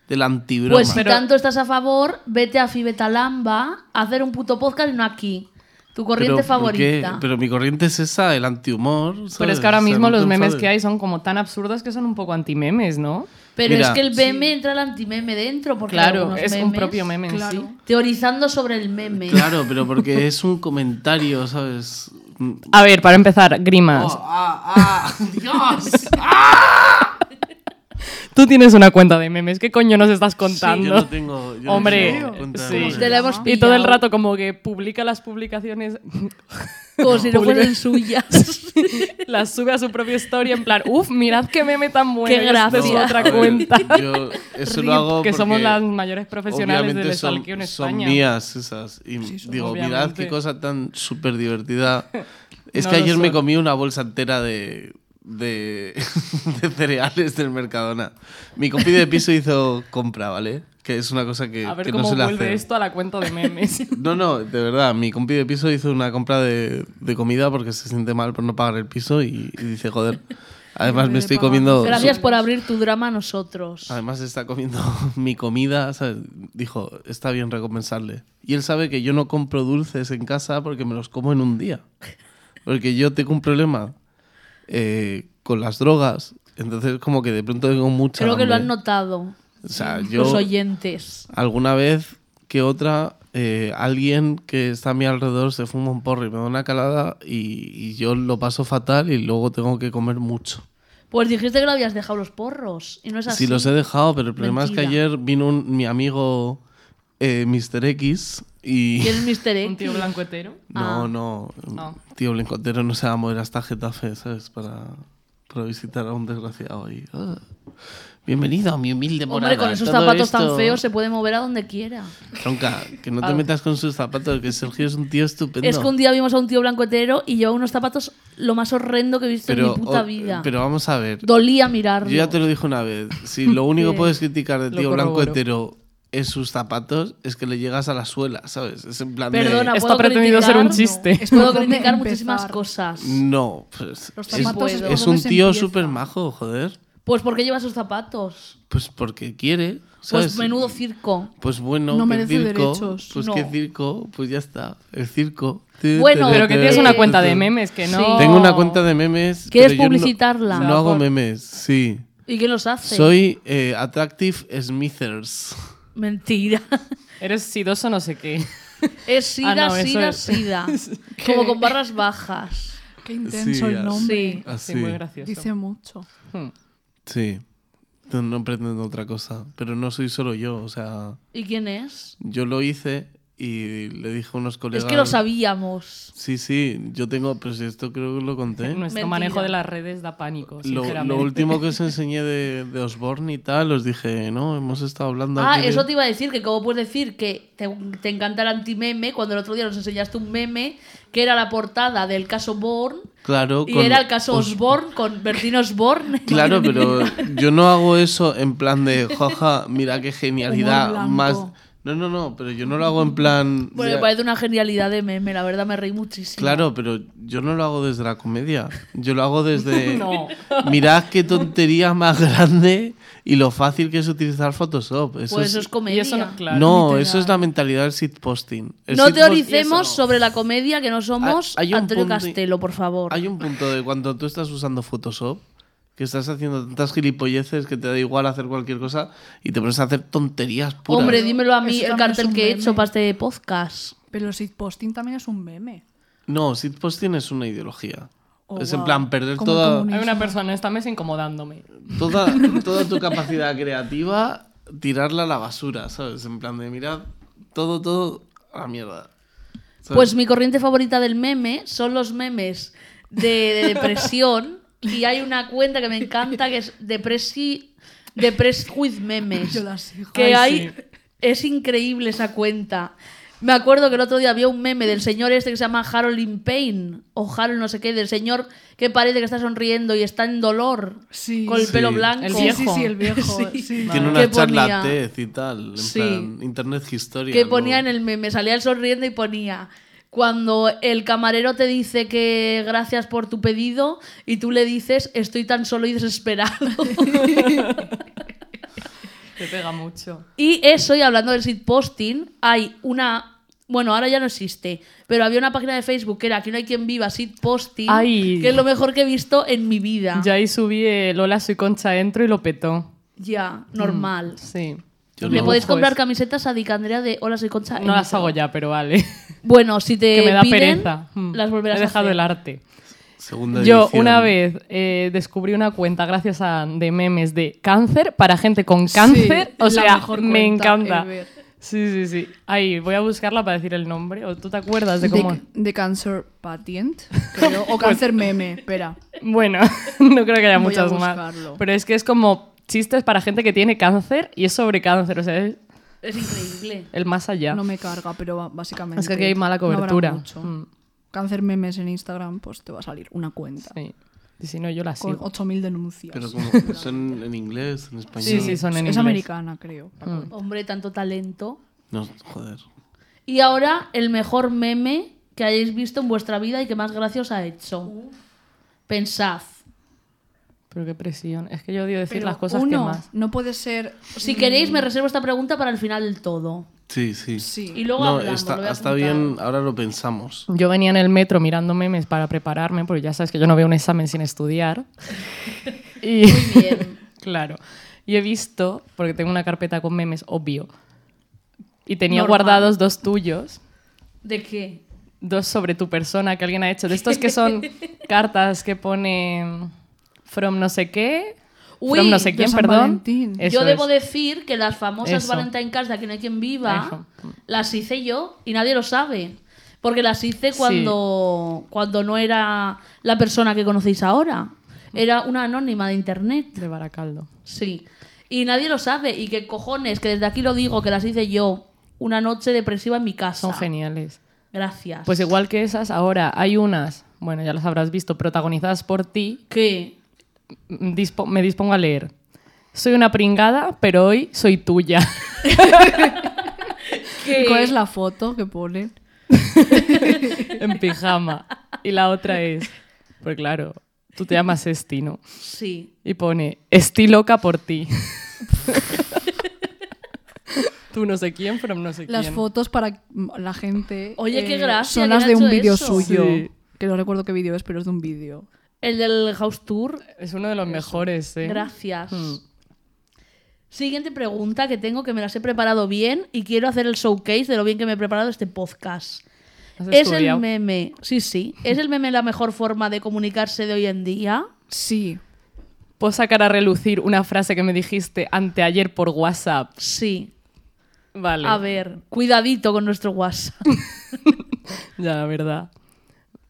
A: del antibroma.
B: Pues si
D: Pero-
B: tanto estás a favor, vete a Fibetalamba a hacer un puto podcast y no aquí. Tu corriente
A: Pero, ¿por qué?
B: favorita.
A: Pero mi corriente es esa, el antihumor.
D: Pero
A: ¿sabes?
D: es que ahora
A: O sea,
D: mismo
A: no
D: los
A: te
D: memes
A: enfades.
D: que hay son como tan absurdos que son un poco antimemes, ¿no?
B: Pero
A: Mira,
B: es que el meme entra el antimeme dentro, porque hay
D: Claro,
B: algunos
D: es un
B: memes
D: propio meme en sí.
E: Claro.
B: Teorizando sobre el meme.
A: Claro, pero porque es un comentario, ¿sabes? Mm.
D: A ver, para empezar, grimas.
A: Oh, Ah, ah, Dios.
D: Tú tienes una cuenta de memes. ¿Qué coño nos estás
A: Sí,
D: contando?
A: yo no tengo. yo no
D: Hombre,
A: tengo cuenta
D: sí.
A: de-
B: Te la hemos
D: Y todo el
B: pillado.
D: rato como que publica las publicaciones
B: Como si no
D: Publica-
B: fueran suyas.
D: las sube a su propia historia en plan, uff, mirad qué meme tan bueno.
B: Qué
D: y esto es
B: gracia.
D: otra
A: A ver,
D: cuenta.
A: Yo eso lo hago
D: que somos
A: porque
D: las mayores profesionales
A: obviamente
D: del
A: son-
D: stalkeo en
A: Son
D: España.
A: mías esas. Y
E: son-
A: digo, mirad
D: obviamente.
A: qué cosa tan súper divertida. Es
D: No
A: que
D: lo
A: ayer me
D: son.
A: comí una bolsa entera de, de, de cereales del Mercadona. Mi compi de piso hizo compra, ¿vale? Que es una cosa que,
D: a ver
A: que no
D: cómo
A: se le
D: vuelve
A: hace.
D: esto a la cuenta de memes.
A: No, no, de verdad, mi compi de piso hizo una compra de, de comida porque se siente mal por no pagar el piso y, y dice, joder, además me estoy comiendo...
B: Gracias por abrir tu drama a nosotros.
A: Además está comiendo mi comida, ¿sabes? Dijo, está bien recompensarle. Y él sabe que yo no compro dulces en casa porque me los como en un día. Porque yo tengo un problema eh, con las drogas, entonces como que de pronto tengo mucha
B: Creo que lo han
A: hambre.
B: notado
A: O sea,
B: los
A: yo
B: oyentes.
A: alguna vez que otra, eh, alguien que está a mi alrededor se fuma un porro y me da una calada y, y yo lo paso fatal y luego tengo que comer mucho.
B: Pues dijiste que lo habías dejado los porros y no es así.
A: Sí, los he dejado, pero el problema es que
B: Mentira.
A: ayer vino un- mi amigo eh, Mr. X y...
B: ¿Quién es ¿eh? Mr. X?
D: Un tío blanco hetero.
A: No,
B: Ah.
A: no,
D: Ah.
A: tío Blincotero no se va a mover hasta Getafe, ¿sabes? Para, para visitar a un desgraciado ahí. Ah. Bienvenido a mi humilde morada.
B: Hombre, con
D: ¿eh?
B: esos
A: Todo
B: zapatos tan
A: esto-
B: feos se puede mover a donde quiera.
A: Tronca, que no te
D: Ah.
A: metas con sus zapatos, que Sergio es un tío estupendo.
B: Es que un día vimos a un tío blanco hetero y llevaba unos zapatos lo más horrendo que he visto en mi puta
A: o-
B: vida.
A: Pero vamos a ver.
B: Dolía mirarlo.
A: Yo ya te lo dije una vez. Si lo único que
B: Sí.
A: puedes criticar de
D: Lo
A: tío blanco
D: corroboro.
A: hetero es sus zapatos, es que le llegas a la suela, ¿sabes? Es en plan de-
B: Perdona,
D: Esto
B: puedo
D: ha pretendido
B: criticar,
D: ser un
B: no.
D: chiste.
E: Es
B: Puedo
E: por dónde
B: criticar
E: empezar.
B: muchísimas cosas.
A: No, pues
E: Los
A: es,
E: zapatos
A: es
B: es
E: por
A: un
E: dónde se
A: tío
E: empieza.
A: súper majo, joder.
B: Pues ¿por qué lleva esos zapatos?
A: Pues porque quiere, ¿sabes?
B: Pues menudo circo.
A: Pues bueno,
E: No
A: qué
E: merece
A: circo,
E: derechos,
A: Pues
B: no.
A: qué circo, pues ya está, el circo.
B: Bueno,
D: Pero que tienes
B: Eh,
D: una cuenta de memes que
B: sí.
D: no...
A: Tengo una cuenta de memes.
B: ¿Quieres
A: pero yo no-
B: publicitarla?
A: No,
B: Por
A: hago
B: favor.
A: memes, sí.
B: ¿Y qué los hace?
A: Soy eh, Attractive Smithers.
B: Mentira.
D: Eres sidoso no sé qué.
B: Es sida,
D: Ah, no, eso
B: sida,
D: es-
B: sida. Como con barras bajas.
E: Qué intenso
A: Sí,
E: el nombre.
B: Sí.
A: Así.
D: Sí, muy gracioso.
E: Dice mucho.
D: Hmm.
A: Sí. No, no pretendo otra cosa. Pero no soy solo yo. O sea,
B: ¿Y quién es?
A: yo lo hice y, y le dije a unos
B: Es
A: colegas.
B: que lo sabíamos.
A: Sí, sí, yo tengo, pero si esto creo que lo conté.
D: Nuestro
B: Mentira.
D: manejo de las redes da pánico,
A: Lo,
D: sinceramente.
A: lo último que os enseñé de, de Osborne y tal, os dije, no, hemos estado hablando.
B: ah,
A: aquí de-
B: eso te iba a decir, que cómo puedes decir que te, te encanta el antimeme cuando el otro día nos enseñaste un meme que era la portada del caso Born
A: Claro,
B: y
A: con-
B: era el caso
A: os-
B: Osborne con Bertín Osborne.
A: Claro, pero yo no hago eso en plan de, jaja, mira qué genialidad
E: blanco.
A: más. No, no, no, pero yo no lo hago en plan.
B: Bueno,
A: mira-
B: me parece una genialidad de meme, la verdad me reí muchísimo.
A: Claro, pero yo no lo hago desde la comedia. Yo lo hago desde.
D: No.
A: Mirad qué tontería más grande y lo fácil que es utilizar Photoshop. Eso
B: Pues
A: es-
B: eso es comedia.
D: Y eso no, claro.
A: no,
E: literal.
A: eso es la mentalidad del sitposting. El
B: No
A: shitpost-
B: teoricemos
A: eso no.
B: sobre la comedia que no somos
A: Hay- hay un
B: Antonio
A: punto-
B: Castelo, por favor.
A: Hay un punto de cuando tú estás usando Photoshop, que estás haciendo tantas gilipolleces que te da igual hacer cualquier cosa y te pones a hacer tonterías puras.
B: Hombre, dímelo a mí,
E: Eso
B: el
E: también es
B: cartel
E: un
B: que he
E: meme.
B: hecho para este podcast.
E: Pero el shitposting también es un meme.
A: No, sitposting es una ideología.
E: Oh,
A: es en
E: wow.
A: plan perder
E: Como
A: toda,
E: comunismo.
D: Hay una persona en esta mesa incomodándome.
A: toda, toda tu capacidad creativa, tirarla a la basura, ¿sabes? En plan de mirad todo, todo a la mierda. ¿sabes?
B: Pues mi corriente favorita del meme son los memes de, de depresión. y hay una cuenta que me encanta que es Depressi, Depress with Memes.
E: Yo la sigo.
B: Que
D: Ay,
B: hay. Es increíble esa cuenta. Me acuerdo que el otro día había un meme del señor este que se llama Harold in Pain o Harold no sé qué, del señor que parece que está sonriendo y está en dolor
E: Sí.
B: con el
A: Sí.
B: pelo blanco.
D: El
E: Sí, sí,
D: viejo.
E: sí, el viejo.
B: Sí.
E: sí.
A: Tiene
B: ¿Qué
A: una
B: ponía?
A: charla TED y tal, en
B: Sí.
A: plan Internet Historia.
B: que
A: ¿no?
B: ponía en el meme, salía él sonriendo y ponía cuando el camarero te dice que gracias por tu pedido y tú le dices estoy tan solo y desesperado.
D: Te pega mucho.
B: y eso, y hablando del shitposting, hay una bueno, ahora ya no existe, pero había una página de Facebook que era Aquí no hay quien viva, shitposting,
D: Ay.
B: que es lo mejor que he visto en mi vida.
D: Ya ahí subí el Hola, soy Concha Dentro y lo petó.
B: Ya, normal.
D: Sí.
A: Yo
B: Le
A: no.
B: podéis
D: Ojo,
B: comprar
D: es-
B: camisetas a Dicandrea de Hola soy Concha. en
D: No las
B: Instagram.
D: hago ya, pero vale.
B: Bueno, si te
D: que
E: Eh,
D: me da
B: piden,
D: pereza. Mm.
B: las volverás
D: He dejado
B: a hacer.
D: el arte.
A: Segunda
D: Yo
A: edición.
D: una vez eh, descubrí una cuenta gracias a de memes de cáncer para gente con cáncer.
E: Sí,
D: o
E: la
D: sea,
E: mejor
D: me
E: cuenta
D: encanta.
E: ever.
D: Sí, sí, sí. Ahí, voy a buscarla para decir el nombre. ¿O tú te acuerdas de cómo? Pues
E: De, de Cancer Patient, creo. O Cancer Meme, espera.
D: Bueno, no creo que haya
E: Voy a
D: muchas más.
E: buscarlo.
D: Pero es que es como chistes para gente que tiene cáncer y es sobre cáncer. O sea, es
B: Es increíble.
D: el más allá.
E: No me carga, pero ba- básicamente.
D: es que aquí hay mala
E: no habrá
D: cobertura.
E: mucho.
D: Mm,
E: Cáncer Memes en Instagram, pues te va a salir una cuenta.
D: sí. Y si no, yo la
E: Con
D: sigo.
E: 8.000 denuncias.
A: Pero como son en inglés, en español.
D: Sí, sí, son en inglés.
E: es
D: Mm.
E: americana, creo. la cuenta.
B: Hombre, tanto talento.
A: No, joder.
B: Y ahora el mejor meme que hayáis visto en vuestra vida y que más gracia os ha hecho. Pensad.
D: Pero qué presión. Es que yo odio decir
E: Pero
D: las cosas que
E: uno
D: más.
E: no puede ser.
B: Si queréis, me reservo esta pregunta para el final del todo.
A: Sí, sí.
E: Sí.
B: Y luego
A: no,
B: hablamos.
A: está,
B: lo voy a
A: está
B: apuntar.
A: bien, ahora lo pensamos.
D: Yo venía en el metro mirando memes para prepararme, porque ya sabes que yo no veo un examen sin estudiar. y,
B: Bien.
D: claro. Y he visto, porque tengo una carpeta con memes, obvio. Y tenía
E: Normal.
D: guardados dos tuyos,
B: ¿De qué?
D: dos sobre tu persona que alguien ha hecho. De estos que son cartas que ponen from no sé qué,
B: Uy,
D: from no
B: de
D: sé quién,
E: San
D: perdón.
E: Valentín.
D: Eso
B: yo debo
D: es.
B: decir que las famosas
D: Eso.
B: Valentine Cards de Aquí no hay quien viva
D: Eso.
B: las hice yo y nadie lo sabe. Porque las hice cuando, cuando no era la persona que conocéis ahora. Era una anónima de internet.
D: de Baracaldo.
B: Sí. Y nadie lo sabe. Y que cojones, que desde aquí lo digo, que las hice yo. Una noche depresiva en mi casa.
D: Son geniales.
B: Gracias.
D: Pues igual que esas, ahora hay unas, bueno, ya las habrás visto, protagonizadas por ti,
B: ¿Qué?
D: m- dispo- me dispongo a leer. Soy una pringada, pero hoy soy tuya.
E: ¿Y cuál es la foto que ponen?
D: en pijama. Y la otra es, pues claro, tú te llamas Esti, ¿no?
B: Sí.
D: Y pone, Esti loca por ti. tú no sé quién, pero no sé
E: Las
D: quién.
E: fotos para la gente. eh,
B: Oye, qué gracia
E: Son
B: que
E: las
B: han
E: de
B: hecho
E: un vídeo
B: eso.
E: suyo.
D: Sí.
E: Que no recuerdo qué vídeo es, pero es de un vídeo.
B: El del house tour.
D: Es uno de los mejores, ¿eh?
B: Gracias.
D: Mm.
B: Siguiente pregunta que tengo que me las he preparado bien y quiero hacer el showcase de lo bien que me he preparado este podcast.
D: ¿Has
B: ¿Es el
D: estudiado?
B: meme? Sí, sí. ¿Es el meme la mejor forma de comunicarse de hoy en día?
E: Sí.
D: ¿Puedo sacar a relucir una frase que me dijiste anteayer por WhatsApp?
B: Sí.
D: Vale.
B: A ver, cuidadito con nuestro WhatsApp.
D: Ya, la verdad.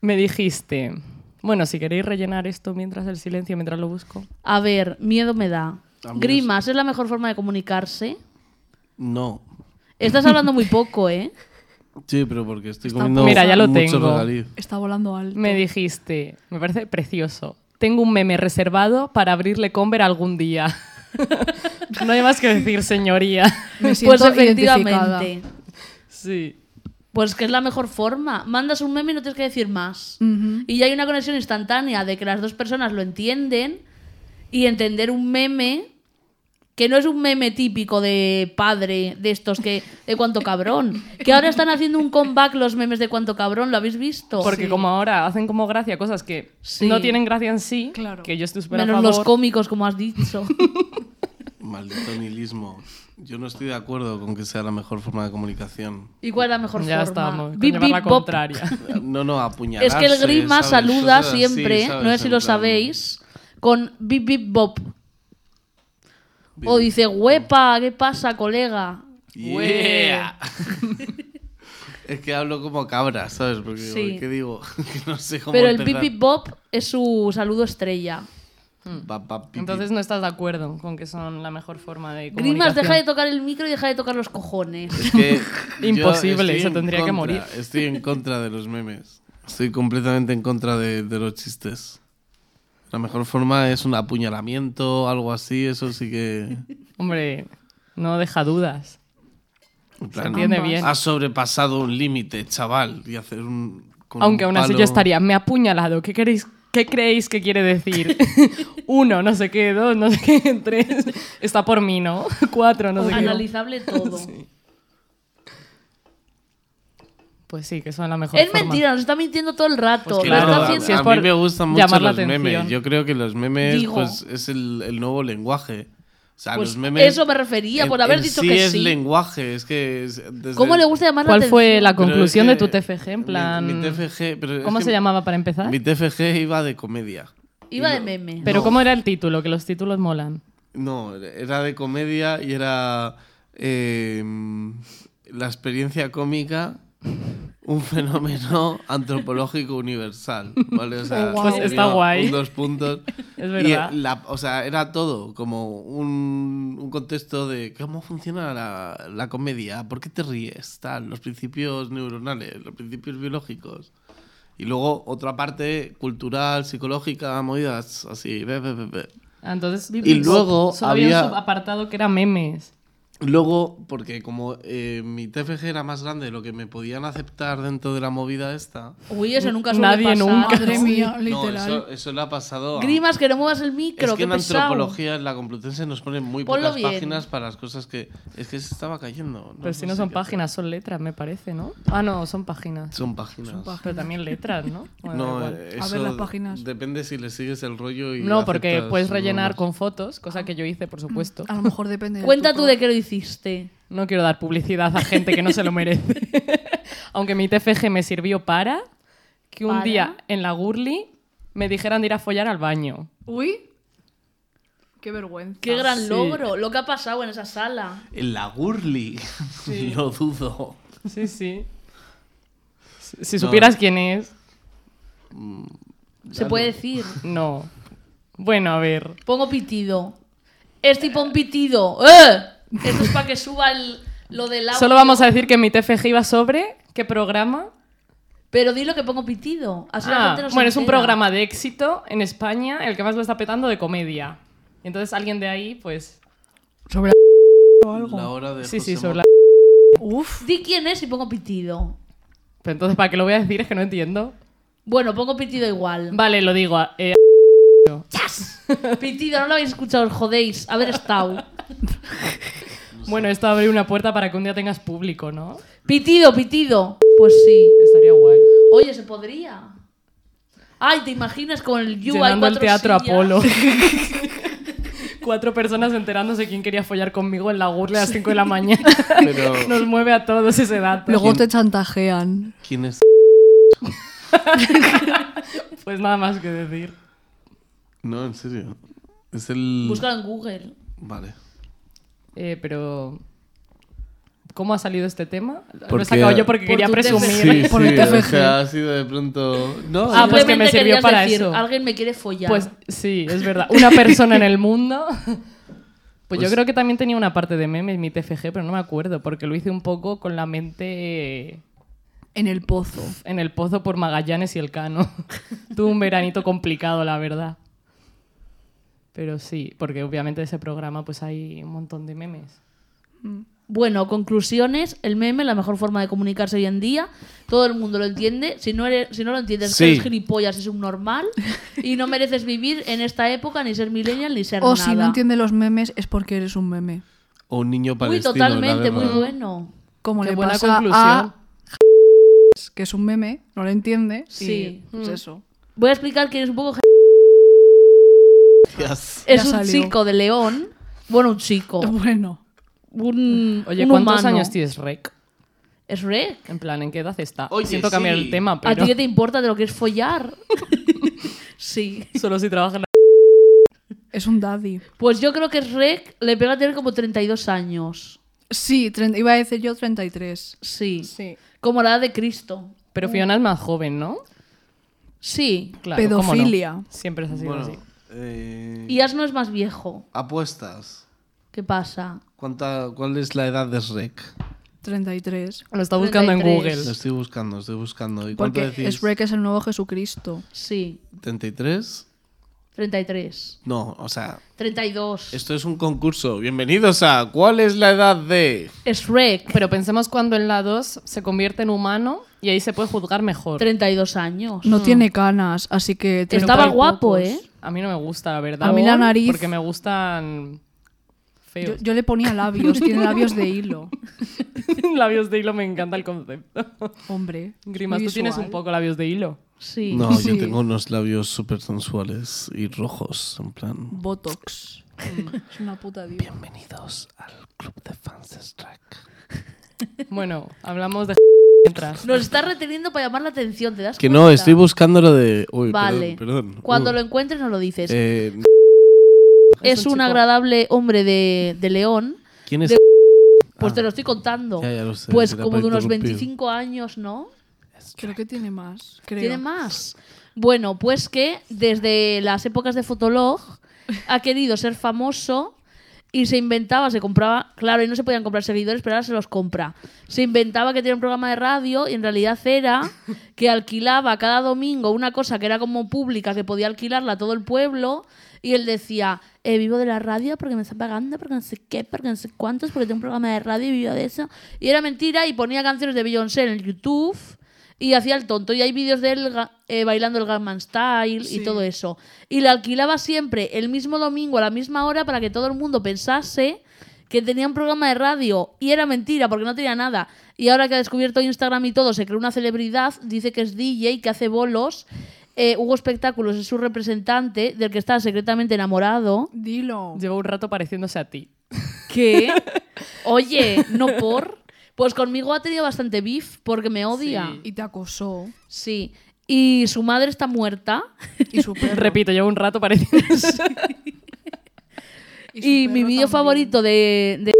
D: Me dijiste. Bueno, si queréis rellenar esto mientras el silencio, mientras lo busco.
B: A ver, miedo me da.
A: A mí
B: Grimas es la mejor forma de comunicarse.
A: No.
B: Estás hablando muy poco, ¿eh?
A: Sí, pero porque estoy comiendo
D: Mira, ya lo
A: mucho
D: tengo.
A: regaliz.
E: Está volando alto.
D: Me dijiste. Me parece precioso. Tengo un meme reservado para abrirle Conver algún día. no hay más que decir, señoría.
E: Me siento
B: pues
E: identificada.
B: efectivamente.
D: Sí.
B: Pues que es la mejor forma. Mandas un meme y no tienes que decir más.
E: Ujú.
B: Y ya hay una conexión instantánea de que las dos personas lo entienden y entender un meme que no es un meme típico de padre de estos que de cuánto cabrón. Que ahora están haciendo un comeback los memes de cuánto cabrón, ¿lo habéis visto?
D: Porque como ahora hacen como gracia cosas que
B: Sí.
D: no tienen gracia en sí,
E: Claro.
D: que yo estoy súper a
B: Menos
D: favor.
B: los cómicos, como has dicho.
A: Maldito nihilismo. Yo no estoy de acuerdo con que sea la mejor forma de comunicación.
B: ¿Y cuál es la mejor
D: ya
B: forma?
D: estamos, con
B: Bip,
D: llevar la
B: bip, bop.
D: contraria.
A: No, no, apuñalarse.
B: Es que el grima
A: ¿sabes?
B: saluda
A: Cosas así,
B: siempre,
A: ¿sabes?
B: no sé si
A: En
B: lo
A: plan,
B: sabéis, con bip bip bop.
A: bip.
B: O dice, huepa, ¿qué pasa, colega?
A: Yeah. es que hablo como cabra, ¿sabes? Porque
B: Sí.
A: ¿qué digo? que no sé cómo
B: Pero el bip
A: empezar.
B: bip bop es su saludo estrella.
A: Mm. Pa, pa, pi, pi.
D: Entonces no estás de acuerdo con que son la mejor forma de
B: Grimas,
D: comunicación.
B: deja de tocar el micro y deja de tocar los cojones.
A: Es que yo
D: Imposible,
A: estoy
D: se
A: en
D: tendría que
A: contra,
D: morir.
A: Estoy en contra de los memes. Estoy completamente en contra de, de los chistes. La mejor forma es un apuñalamiento, algo así, eso sí que...
D: Hombre, no deja dudas.
A: en
D: Se
A: plan,
D: entiende
E: ambas.
D: bien.
A: Has sobrepasado un límite, chaval, y hacer un... con
D: Aunque
A: un
D: aún así
A: palo-
D: yo estaría, me ha apuñalado. ¿Qué queréis? ¿Qué creéis que quiere decir? Uno, no sé qué, dos, no sé qué, tres. Está por mí, ¿no? Cuatro, no sé qué.
B: Analizable todo.
D: Pues sí, que son la mejor
B: Es
D: forma.
B: mentira, nos está mintiendo todo el rato.
D: Pues
B: Lo está
D: claro,
A: a-
B: haciendo-
D: si es
A: a,
D: por
A: mí me gustan mucho
D: llamar la
A: los memes.
D: atención.
A: Yo creo que los memes
B: Digo.
A: pues, es el, el nuevo lenguaje. O sea,
B: Pues
A: los memes...
B: eso me refería,
A: en-
B: por haber
A: en
B: dicho
A: sí
B: que
A: es
B: sí.
A: lenguaje, es que... es- desde-
B: ¿Cómo le gusta llamar la
D: ¿Cuál fue
B: atención?
D: la
A: Pero es
D: conclusión
A: que
D: de tu TFG? En
A: mi-
D: plan,
A: mi TFG, pero es
D: ¿cómo
A: que
D: se llamaba para empezar?
A: Mi TFG iba de comedia.
B: Iba
A: Y
B: de
A: lo-
B: meme.
D: Pero
A: No.
D: ¿cómo era el título? Que los títulos molan.
A: No, era de comedia y era eh, la experiencia cómica, un fenómeno antropológico universal. ¿vale? O sea,
D: Pues
A: tenía
D: está guay.
A: un dos puntos.
D: Es
A: Y,
D: verdad.
A: eh, la- o sea, era todo como un, un contexto de cómo funciona la, la comedia, por qué te ríes, tal, los principios neuronales, los principios biológicos. Y luego otra parte cultural, psicológica, movidas así. Be, be, be, be.
D: Ah, Entonces,
A: Y luego
D: solo había
A: había-
D: un subapartado que era memes.
A: Luego, porque como eh, mi TFG era más grande de lo que me podían aceptar dentro de la movida esta.
B: Uy, eso nunca suele
D: Nadie
B: pasar.
D: nunca.
E: Madre mía,
A: No,
E: literal.
A: eso, eso le ha pasado a...
B: Grimas, que no muevas el micro,
A: Ah. es que
B: qué
A: en
B: pesado.
A: antropología en la Complutense nos ponen muy
B: Ponlo
A: pocas
B: bien.
A: páginas para las cosas que... Es que se estaba cayendo.
D: Pero si no
A: sé
D: son
A: qué
D: páginas, son letras, me parece, ¿no? Ah, no, son páginas.
A: hacer. Son páginas.
D: Pero también letras, ¿no? Bueno,
A: No,
D: da igual.
A: eh,
E: A
A: eso
E: ver las páginas.
A: Depende si le sigues el rollo y...
D: No, porque
A: aceptas
D: puedes
A: los
D: rellenar
A: nombres.
D: con fotos, cosa que yo hice, por supuesto.
E: A lo mejor depende. de
B: Cuenta
E: tu
B: tú de qué lo hiciste.
D: No quiero dar publicidad a gente que no se lo merece. Aunque mi TFG me sirvió para que un
B: ¿Para?
D: día en la Gurli me dijeran de ir a follar al baño.
E: Uy, qué vergüenza.
A: Ah,
B: Qué gran
D: sí.
B: logro, lo que ha pasado en esa sala.
A: En la Gurli. lo dudo.
D: Sí, sí. Si, si
A: No.
D: supieras quién es,
B: Se puede decir.
D: no. Bueno, a ver.
B: Pongo pitido. Es tipo un pitido. ¡Eh! Esto es para que suba el- lo del agua.
D: Solo vamos a decir que mi TFG iba sobre qué programa.
B: Pero di lo que pongo pitido. Así la
D: Ah,
B: gente no se
D: bueno, es un
B: entera.
D: programa de éxito en España, el que más lo está petando de comedia. Y Entonces alguien de ahí, pues...
E: Sobre o algo.
A: La hora de
D: Sí, sí,
A: José
D: sobre la...
E: Uf,
B: Di quién es y pongo pitido.
D: Pero entonces, ¿para qué lo voy a decir? Es que no entiendo.
B: Bueno, pongo pitido igual.
D: Vale, lo digo. a- eh,
B: Pitido, no lo habéis escuchado, os jodéis. Haber estado.
D: bueno, esto abre una puerta para que un día tengas público, ¿no?
B: Pitido, pitido. Pues sí.
D: Estaría guay.
B: Oye, se podría. Ay, ¿te imaginas con el You hay
D: Llenando el
B: cuatro
D: teatro
B: sillas? Mm.
D: Apolo. Cuatro personas enterándose quién quería follar conmigo en la gurla a las 5 de la mañana.
A: Pero...
D: Nos mueve a todos ese dato.
E: luego te chantajean.
A: ¿Quién es?
D: Pues nada más que decir.
A: No, en serio. Es el...
B: Búscalo en Google.
A: Vale.
D: Eh, pero. ¿Cómo ha salido este tema? Lo
A: Porque-
D: he sacado yo porque
A: Por
D: quería
B: tu
D: presumir.
B: TFG.
A: Sí, sí,
E: Por el
A: o
E: TFG.
A: sea, ha sido de pronto... No,
D: Ah, pues que me
B: Simplemente
D: sirvió
B: querías
D: para
B: decir,
D: eso.
B: Alguien me quiere follar.
D: Pues sí, es verdad. Una persona en el mundo. Pues, yo creo que también tenía una parte de meme en mi TFG, pero no me acuerdo, porque lo hice un poco con la mente
E: En el pozo.
D: en el pozo por Magallanes y el Cano. Tuve un veranito complicado, la verdad. Pero sí, porque obviamente de ese programa pues hay un montón de memes.
B: Bueno, conclusiones, el meme, la mejor forma de comunicarse hoy en día, todo el mundo lo entiende, si no, eres, si no lo entiendes, es que
A: Sí.
B: eres gilipollas, es un normal y no mereces vivir en esta época, ni ser millennial, ni ser
E: O
B: nada.
E: si no entiende los memes es porque eres un meme.
A: O un niño
B: Uy,
A: palestino.
B: totalmente,
A: la
B: muy
A: guerra.
B: bueno.
E: Como
D: Qué
E: le
D: buena
E: pasa
D: conclusión.
E: a que es un meme, no lo entiende.
B: Sí. Mm.
E: Sí, pues eso.
B: Voy a explicar que es un poco...
A: Hostias.
B: Es un
E: salió.
B: chico de León, bueno, un chico,
E: Bueno,
B: un,
D: Oye,
B: un
D: ¿cuántos
B: humano.
D: años tienes, Rec?
B: Es Rec.
D: En plan, ¿en qué edad está?
A: Oye,
D: Siento cambiar
A: sí.
D: el tema,
B: ¿A
D: pero
B: ti qué te importa de lo que es follar? sí.
D: solo si trabaja en la...
E: es un daddy.
B: Pues yo creo que es Rec, le pega a tener como 32 años.
E: Sí, tre- iba a decir yo 33.
B: Sí.
E: Sí.
B: Como la edad de Cristo.
D: Pero Fiona es más joven, ¿no?
B: Sí.
D: Claro, ¿cómo no?
E: Pedofilia.
D: Siempre es así.
A: Bueno,
D: así.
A: eh,
B: Y Asno es más viejo.
A: apuestas.
B: ¿Qué pasa?
A: ¿Cuánta, ¿Cuál es la edad de Shrek?
E: 33.
D: Lo está buscando
B: 33.
D: en
A: Lo
D: Google.
A: estoy buscando, estoy buscando. ¿Y cuánto
E: Porque
A: decís?
E: Shrek es el nuevo Jesucristo.
B: Sí.
A: ¿33?
B: 33.
A: No, o sea,
B: 32.
A: esto es un concurso. Bienvenidos a ¿Cuál es la edad de...?
B: Es Rec.
D: Pero pensemos cuando en la 2 se convierte en humano y ahí se puede juzgar mejor.
B: 32 años.
E: No tiene canas, así que...
B: Pero
E: 30
B: Mm. estaba
E: y
B: guapo,
E: pocos.
B: ¿eh?
D: A mí no me gusta, la verdad.
E: A mí la nariz-
D: Porque me gustan
E: Yo,
D: feos.
E: yo le ponía labios, tiene labios de hilo.
D: labios de hilo me encanta el concepto.
E: Hombre. es muy
D: Grimas, tú tienes
E: visual.
D: un poco labios de hilo.
B: Sí.
A: No,
E: Sí.
A: yo tengo unos labios súper sensuales y rojos, en plan...
E: Botox. Mm, es una puta diva.
A: Bienvenidos al club de fans de Shrek.
D: Bueno, hablamos de mientras.
B: Nos está reteniendo para llamar la atención, ¿te das
A: Que
B: cuenta?
A: no, estoy buscando lo de... Uy,
B: Vale.
A: perdón, perdón.
B: Cuando
A: Uh,
B: lo encuentres no lo dices.
A: eh,
B: es,
D: es
B: un,
D: un chico.
B: agradable hombre de, de León.
A: ¿Quién es...?
B: de- Pues
A: Ah,
B: te lo estoy contando.
A: ya, ya lo sé,
B: pues
A: era
B: como
A: para
B: de unos
A: interrumpir.
B: 25 años, ¿no?
E: Creo que tiene más. Creo.
B: Tiene más. Bueno, pues que desde las épocas de Fotolog ha querido ser famoso y se inventaba, se compraba, claro, y no se podían comprar seguidores, pero ahora se los compra. Se inventaba que tenía un programa de radio y en realidad era que alquilaba cada domingo una cosa que era como pública, que podía alquilarla a todo el pueblo. Y él decía, eh, vivo de la radio porque me están pagando, porque no sé qué, porque no sé cuántos, porque tengo un programa de radio y vivo de eso. Y era mentira y ponía canciones de Beyoncé en el YouTube y hacía el tonto. Y hay vídeos de él ga- eh, bailando el Gangnam Style y
E: Sí.
B: todo eso. Y le alquilaba siempre el mismo domingo a la misma hora para que todo el mundo pensase que tenía un programa de radio y era mentira porque no tenía nada. Y ahora que ha descubierto Instagram y todo, se creó una celebridad, dice que es DJ, que hace bolos. Eh, Hugo Espectáculos es su representante, del que está secretamente enamorado.
E: Dilo.
D: Llevo un rato pareciéndose a ti.
B: ¿Qué? Oye, no por. Pues conmigo ha tenido bastante beef porque me odia.
D: Sí.
E: Y te acosó.
B: Sí. Y su madre está muerta.
E: Y su perro.
D: Repito, llevo un rato pareciéndose.
E: su
B: Y, mi vídeo
E: perro también.
B: favorito de, de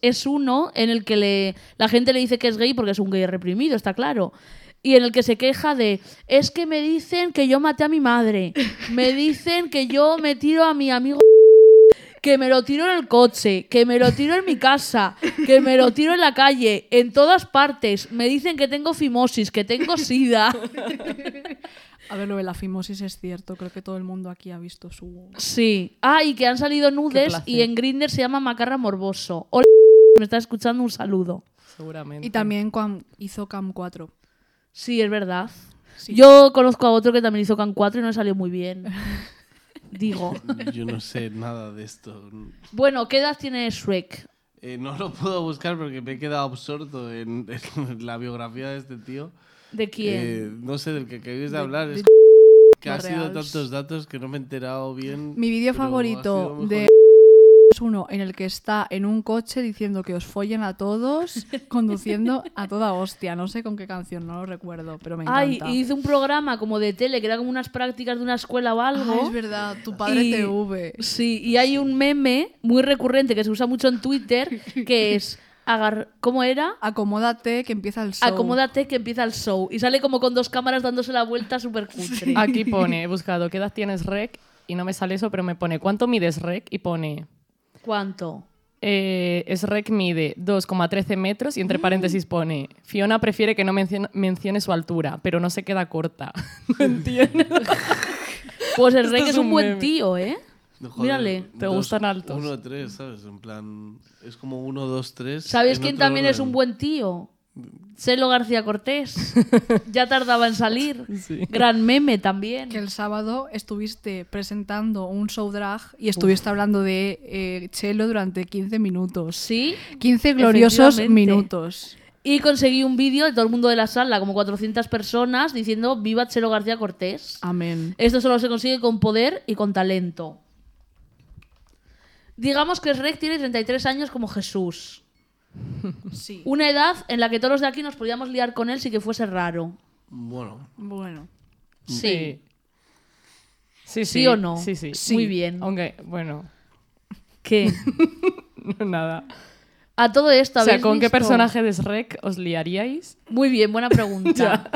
B: es uno en el que le, la gente le dice que es gay porque es un gay reprimido, está claro. Y en el que se queja de, es que me dicen que yo maté a mi madre, me dicen que yo me tiro a mi amigo, que me lo tiro en el coche, que me lo tiro en mi casa, que me lo tiro en la calle, en todas partes, me dicen que tengo fimosis, que tengo sida.
E: A ver, lo de la fimosis es cierto. Creo que todo el mundo aquí ha visto su...
B: Sí. Ah, y que han salido nudes
D: placer.
B: y en Grinder se llama Macarra Morboso. Hola, me está escuchando un saludo.
D: Seguramente.
E: Y también cuando hizo Cam 4.
B: Sí, es verdad.
E: Sí.
B: Yo conozco a otro que también hizo Can 4 y no le salió muy bien. Digo.
A: Yo no sé nada de esto.
B: Bueno, ¿qué edad tiene Shrek?
A: Eh, no lo puedo buscar porque me he quedado absorto en, en la biografía de este tío.
B: ¿De quién?
A: Eh, no sé del que acabéis de, hablar. es que ha sido
E: Barreals.
A: tantos datos que no me he enterado bien.
E: Mi
A: pero
E: vídeo
A: ha sido
E: favorito
A: muy
E: de...
A: jodido.
E: Es uno en el que está en un coche diciendo que os follen a todos, conduciendo a toda hostia. No sé con qué canción, no lo recuerdo, pero me encanta.
B: Ay, Ah, hizo un programa como de tele que era como unas prácticas de una escuela o algo.
E: Ah, es verdad, tu padre
B: Y-
E: TV.
B: Sí, y hay un meme muy recurrente que se usa mucho en Twitter que es agar- ¿Cómo era?
E: Acomódate que empieza el show.
B: Acomódate que empieza el show. Y sale como con dos cámaras dándose la vuelta súper cutre.
D: Aquí pone, he buscado, ¿qué edad tienes rec? Y no me sale eso, pero me pone, ¿cuánto mides rec? Y pone,
B: ¿Cuánto?
D: eh, es rec mide 2,13 metros y
E: Mm.
D: entre paréntesis pone, Fiona prefiere que no mencio- mencione su altura, pero no se queda corta. No entiendo.
B: Pues el rey
D: es
B: es un
D: un
B: buen
D: meme.
B: tío, ¿eh?
A: No,
B: Mírale.
D: Te
A: dos-
D: gustan altos.
A: Uno de tres, ¿sabes? En plan, es como uno, dos, tres.
B: ¿Sabéis
A: en
B: quién
A: otro
B: también es
A: orden.
B: un buen tío? Celo García Cortés. ya tardaba en salir.
D: Sí.
B: Gran meme también.
E: Que el sábado estuviste presentando un show drag y estuviste hablando de eh, Chelo durante 15 minutos.
B: Sí.
E: 15 gloriosos
B: Efectivamente.
E: minutos.
B: Y conseguí un vídeo de todo el mundo de la sala, como 400 personas, diciendo viva Chelo García Cortés.
E: Amén.
B: Esto solo se consigue con poder y con talento. Digamos que Shrek tiene 33 años como Jesús.
E: Sí.
B: Una edad en la que todos los de aquí nos podíamos liar con él si que fuese raro.
A: Bueno,
E: Bueno.
B: Sí.
D: Sí, sí.
B: ¿Sí o no?
D: Sí, sí.
E: Sí.
B: Muy bien.
D: Aunque, bueno,
B: ¿Qué?
D: nada.
B: A todo esto,
D: O sea,
B: ¿habéis
D: ¿con qué
B: visto?
D: personaje de Shrek os liaríais?
B: Muy bien, buena pregunta.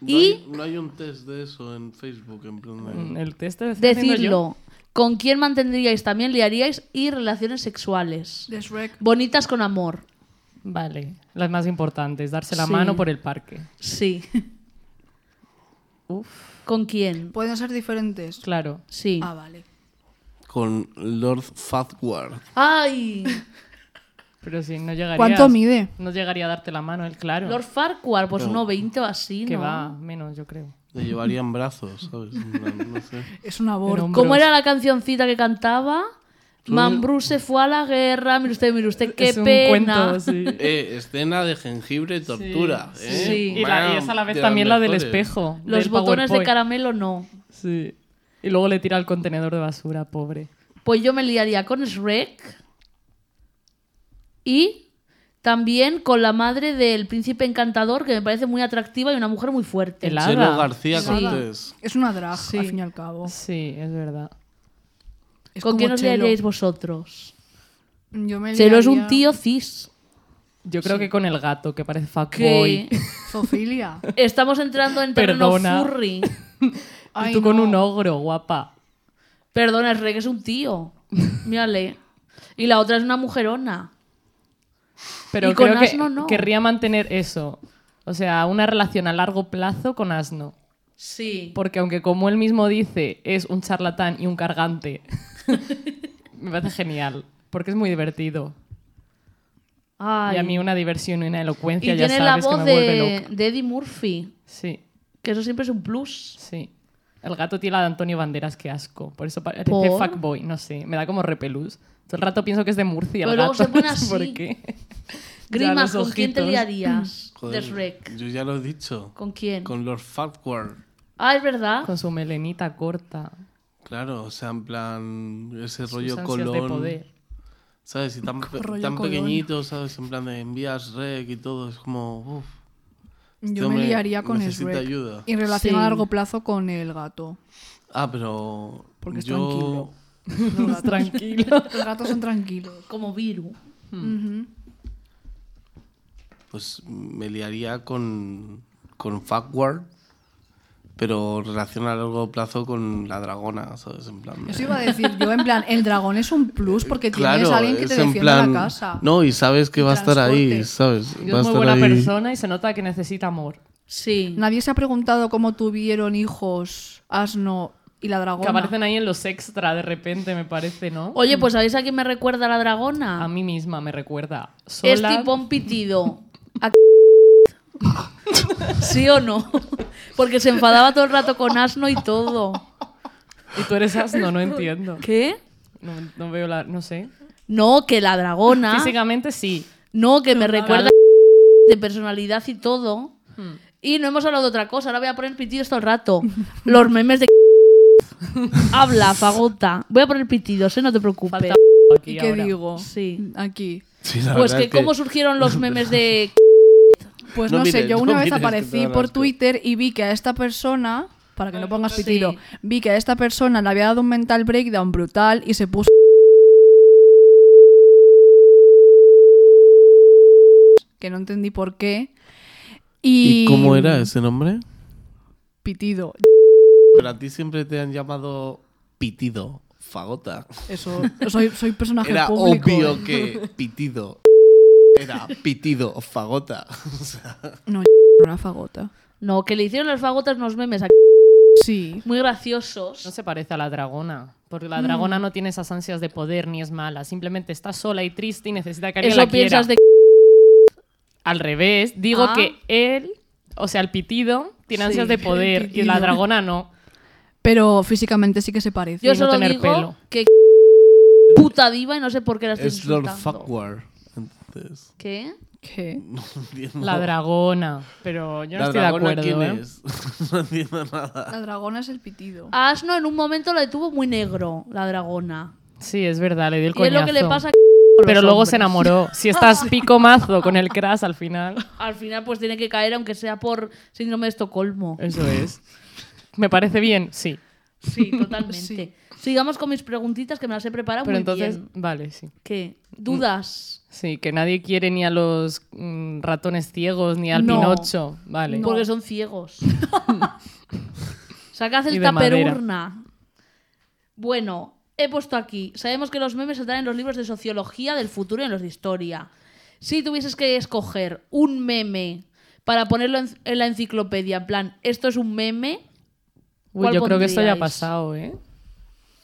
A: no,
B: y
A: hay, no hay un test de eso en Facebook, en plan de-
D: Mm, El test de
B: decidlo. ¿Con quién mantendríais también liaríais y relaciones sexuales?
E: De Shrek.
B: Bonitas con amor.
D: Vale, las más importantes, darse la
B: Sí.
D: mano por el parque.
B: Sí. ¿Con quién?
E: Pueden ser diferentes.
D: Claro.
B: Sí.
E: Ah, vale.
A: Con Lord Fazward.
B: ¡Ay!
D: Pero si no llegarías...
E: ¿Cuánto mide?
D: No llegaría a darte la mano, él, claro.
B: Lord Farquhar, pues no, 20 o así,
D: que
B: ¿no?
D: va, menos, yo creo.
A: Le llevarían brazos, ¿sabes? En plan, no sé.
E: Es una borda.
D: Pero-
B: ¿Cómo
D: Bros.
B: era la cancioncita que cantaba? Mambrú se fue a la guerra, mire usted, mire usted, qué
D: es un
B: pena.
D: cuento, sí.
A: Eh, escena de jengibre tortura.
D: Sí.
A: ¿eh?
B: Sí.
D: Y, la- y es a la vez también la del espejo.
B: Los
D: del
B: botones de
D: PowerPoint.
B: caramelo no.
D: Sí. Y luego le tira al contenedor de basura, pobre.
B: Pues yo me liaría con Shrek y también con la madre del príncipe encantador, que me parece muy atractiva y una mujer muy fuerte.
D: El
A: Chelo
D: Hada.
A: García
B: Sí.
A: Cortés.
E: Es una drag,
B: Sí.
E: al fin y al
B: Oh.
E: cabo.
D: Sí, es verdad.
E: Es
B: ¿Con
E: como
B: quién os
E: Chelo.
B: liaríais vosotros?
E: Yo me
B: Chelo es un
E: liaría-
B: tío cis.
D: Yo creo que con el gato, que parece fuckboy.
B: Que
E: Zofilia.
B: estamos entrando en terreno
D: Perdona.
B: furry.
E: Ay,
D: y tú con
E: no.
D: un ogro, guapa.
B: Perdona, Shrek es un tío. Mírale. Y la otra es una mujerona.
D: Pero
B: Y con
D: creo que
B: asno no.
D: querría mantener eso. O sea, una relación a largo plazo con asno.
B: Sí.
D: Porque aunque como él mismo dice, es un charlatán y un cargante, me parece genial. Porque es muy divertido.
B: Ay.
D: Y a mí una diversión y una
B: Y
D: elocuencia, ya
B: tiene la
D: sabes, que
B: voz
D: me vuelve
B: de,
D: loca.
B: de Eddie Murphy,
D: Sí,
B: que eso siempre es un plus.
D: sí. El gato tiene la de Antonio Banderas, qué asco. Por eso parece
B: ¿Por?
D: fuckboy, no sé. Me da como repelús. Todo el rato pienso que es de Murcia
B: Pero
D: el
B: luego
D: gato.
B: se pone
D: no sé
B: así.
D: por qué.
B: Grimas,
D: Ya, los
B: ¿con quién te
D: ojitos.
B: liarías?
A: Joder,
B: de Shrek.
A: Yo ya lo he dicho.
B: ¿Con quién?
A: Con Lord Farquhar.
B: Ah, es verdad.
D: Con su melenita corta.
A: Claro, o sea, en plan, ese
D: sus
A: rollo
D: ansias de
A: colón.
D: poder.
A: ¿Sabes? Y tan, pe-
E: Rollo
A: tan
E: Colón.
A: pequeñito, ¿sabes? En plan de envías rec y todo. Es como, uff.
E: Yo me
A: hombre
E: liaría con
A: necesita
E: Shrek.
A: ayuda.
E: Y relación
B: Sí.
E: a largo plazo con el gato.
A: Ah, pero.
E: Porque es
A: yo...
E: tranquilo.
D: Los tranquilos.
E: Los gatos son tranquilos.
B: Como Viru.
A: Pues me liaría con. Con Fuckward. Pero relación a largo plazo con la dragona, ¿sabes? En plan.
E: Eso iba a decir yo, en plan, el dragón es un plus porque tienes
A: Eh, Claro,
E: a alguien que te
A: es en
E: defienda
A: plan-
E: la casa.
A: No, y sabes que va a estar ahí,
E: transporte.
A: ¿sabes?
D: Y
A: va a
D: es muy
A: estar
D: buena
A: ahí.
D: persona y se nota que necesita amor.
B: Sí.
E: Nadie se ha preguntado cómo tuvieron hijos Asno y la dragona.
D: Que aparecen ahí en los extra de repente, me parece, ¿no?
B: Oye, pues ¿sabéis a quién me recuerda la
D: A
B: dragona?
D: mí misma me recuerda. Sola,
B: Es tipo un pitido. A- ¿Sí o no? Porque se enfadaba todo el rato con asno y todo.
D: Y tú eres asno, no entiendo.
B: ¿Qué?
D: No, no veo la... No sé.
B: No, que la dragona.
D: Físicamente sí.
B: No, que me recuerda de personalidad y todo.
D: Hmm.
B: Y no hemos hablado de otra cosa. Ahora voy a poner pitidos todo el rato. Los memes de. Habla, fagota. Voy a poner pitidos, ¿eh? No te preocupes.
D: Falta aquí
E: ¿Y qué
D: ahora.
E: digo?
B: Sí.
E: Aquí.
A: Sí, la
B: Pues
A: verdad
B: que,
A: es
B: cómo surgieron los memes de.
E: Pues
A: No
E: no, sé,
A: mires,
E: yo
A: no
E: una vez
A: mires que te
E: aparecí
A: dan
E: por
A: asco.
E: Twitter y vi que a esta persona, para que no pongas
B: Sí.
E: pitido, vi que a esta persona le había dado un mental breakdown brutal y se puso que no entendí por qué.
A: ¿Y
E: Y,
A: cómo era ese nombre?
E: Pitido.
A: Pero a ti siempre te han llamado Pitido, Fagota.
E: Eso, soy, soy personaje
A: Era
E: público. eh.
A: obvio que Pitido era Pitido, Fagota. O sea,
E: No, era fagota.
B: No, que le hicieron las fagotas unos memes aquí
E: Sí.
B: muy graciosos.
D: No se parece a la dragona, porque
B: Mm.
D: la dragona no tiene esas ansias de poder ni es mala, simplemente está sola y triste y necesita que alguien
B: Eso
D: la quiera.
B: piensas de
D: Al revés, digo
B: Ah.
D: que él, o sea, el pitido, tiene
B: Sí,
D: ansias de
B: el
D: poder y
E: pitido.
D: la dragona no.
E: Pero físicamente sí que se parece.
B: Yo
D: y no
B: solo
D: tener
B: digo
D: pelo.
B: que puta diva y no sé por qué la estoy
A: es Lord
B: insultando.
A: Fuckwar. Entonces,
B: ¿Qué?
E: ¿Qué?
A: no entiendo.
D: La dragona, pero yo no
A: ¿La
D: estoy de
A: dragona
D: acuerdo.
A: quién
D: ¿eh?
A: es? No entiendo nada.
E: La dragona es el pitido.
B: A Asno en un momento la detuvo muy negro, la dragona.
D: Sí, es verdad, le dio el
B: Y es
D: coñazo.
B: lo que le pasa a
D: pero
B: los
D: luego
B: hombres.
D: se enamoró. Si estás pico mazo con el crash al final,
B: Al final pues tiene que caer aunque sea por síndrome de Estocolmo.
D: eso es. ¿Me parece bien? Sí.
B: Sí, totalmente.
E: Sí.
B: Sigamos con mis preguntitas que me las he preparado
D: Pero
B: muy
D: entonces, mm,
B: bien.
D: vale, sí.
B: ¿Qué? ¿Dudas?
D: Sí, que nadie quiere ni a los mm, ratones ciegos ni al
E: No.
D: Pinocho. Vale.
B: Porque son ciegos. Sacad
D: Y
B: el
D: de madera.
B: taperurna. Bueno, he puesto aquí. Sabemos que los memes saldrán en los libros de sociología del futuro y en los de historia. Si tuvieses que escoger un meme para ponerlo en, en la enciclopedia, en plan, esto es un meme,
D: Uy,
B: ¿cuál
D: yo creo que esto ya ha
B: pondríais?
D: pasado, ¿eh?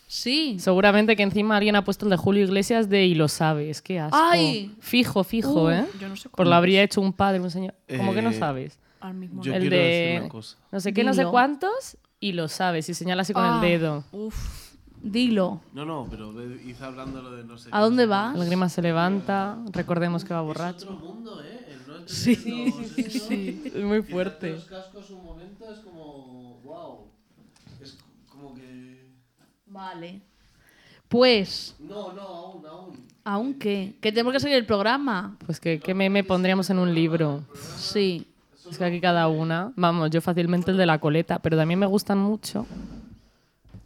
B: sí.
D: Seguramente que encima alguien ha puesto el de Julio Iglesias de y lo sabes. Qué asco.
B: ¡Ay!
D: Fijo, fijo,
B: Uh,
D: ¿eh?
E: Yo no sé cómo.
D: Por lo habría hecho un padre, un señor. Como que no
A: Eh,
D: sabes.
E: Al mismo
A: Yo
D: El
A: quiero
D: de-
A: decir una cosa.
D: No sé qué, no sé
B: dilo.
D: cuántos y lo sabes. Y señala así con
E: Ah,
D: el dedo.
E: Uf.
B: Dilo.
A: No, no, pero ve- hice hablando lo de no sé
B: ¿A dónde
A: va?
B: vas?
D: El grima se levanta. Recordemos que va borracho.
A: mundo, ¿eh? El no sí, sí,
E: Sí.
D: Es muy fuerte.
A: Los cascos un momento es como. ¡Wow! Es como que.
B: Vale. Pues,
A: No, no, aún, aún.
B: aunque, que tenemos que seguir el programa.
D: Pues que, ¿qué meme pondríamos en un libro?
B: Sí.
D: Es que aquí cada una. Vamos, yo fácilmente el de la coleta, pero también me gustan mucho.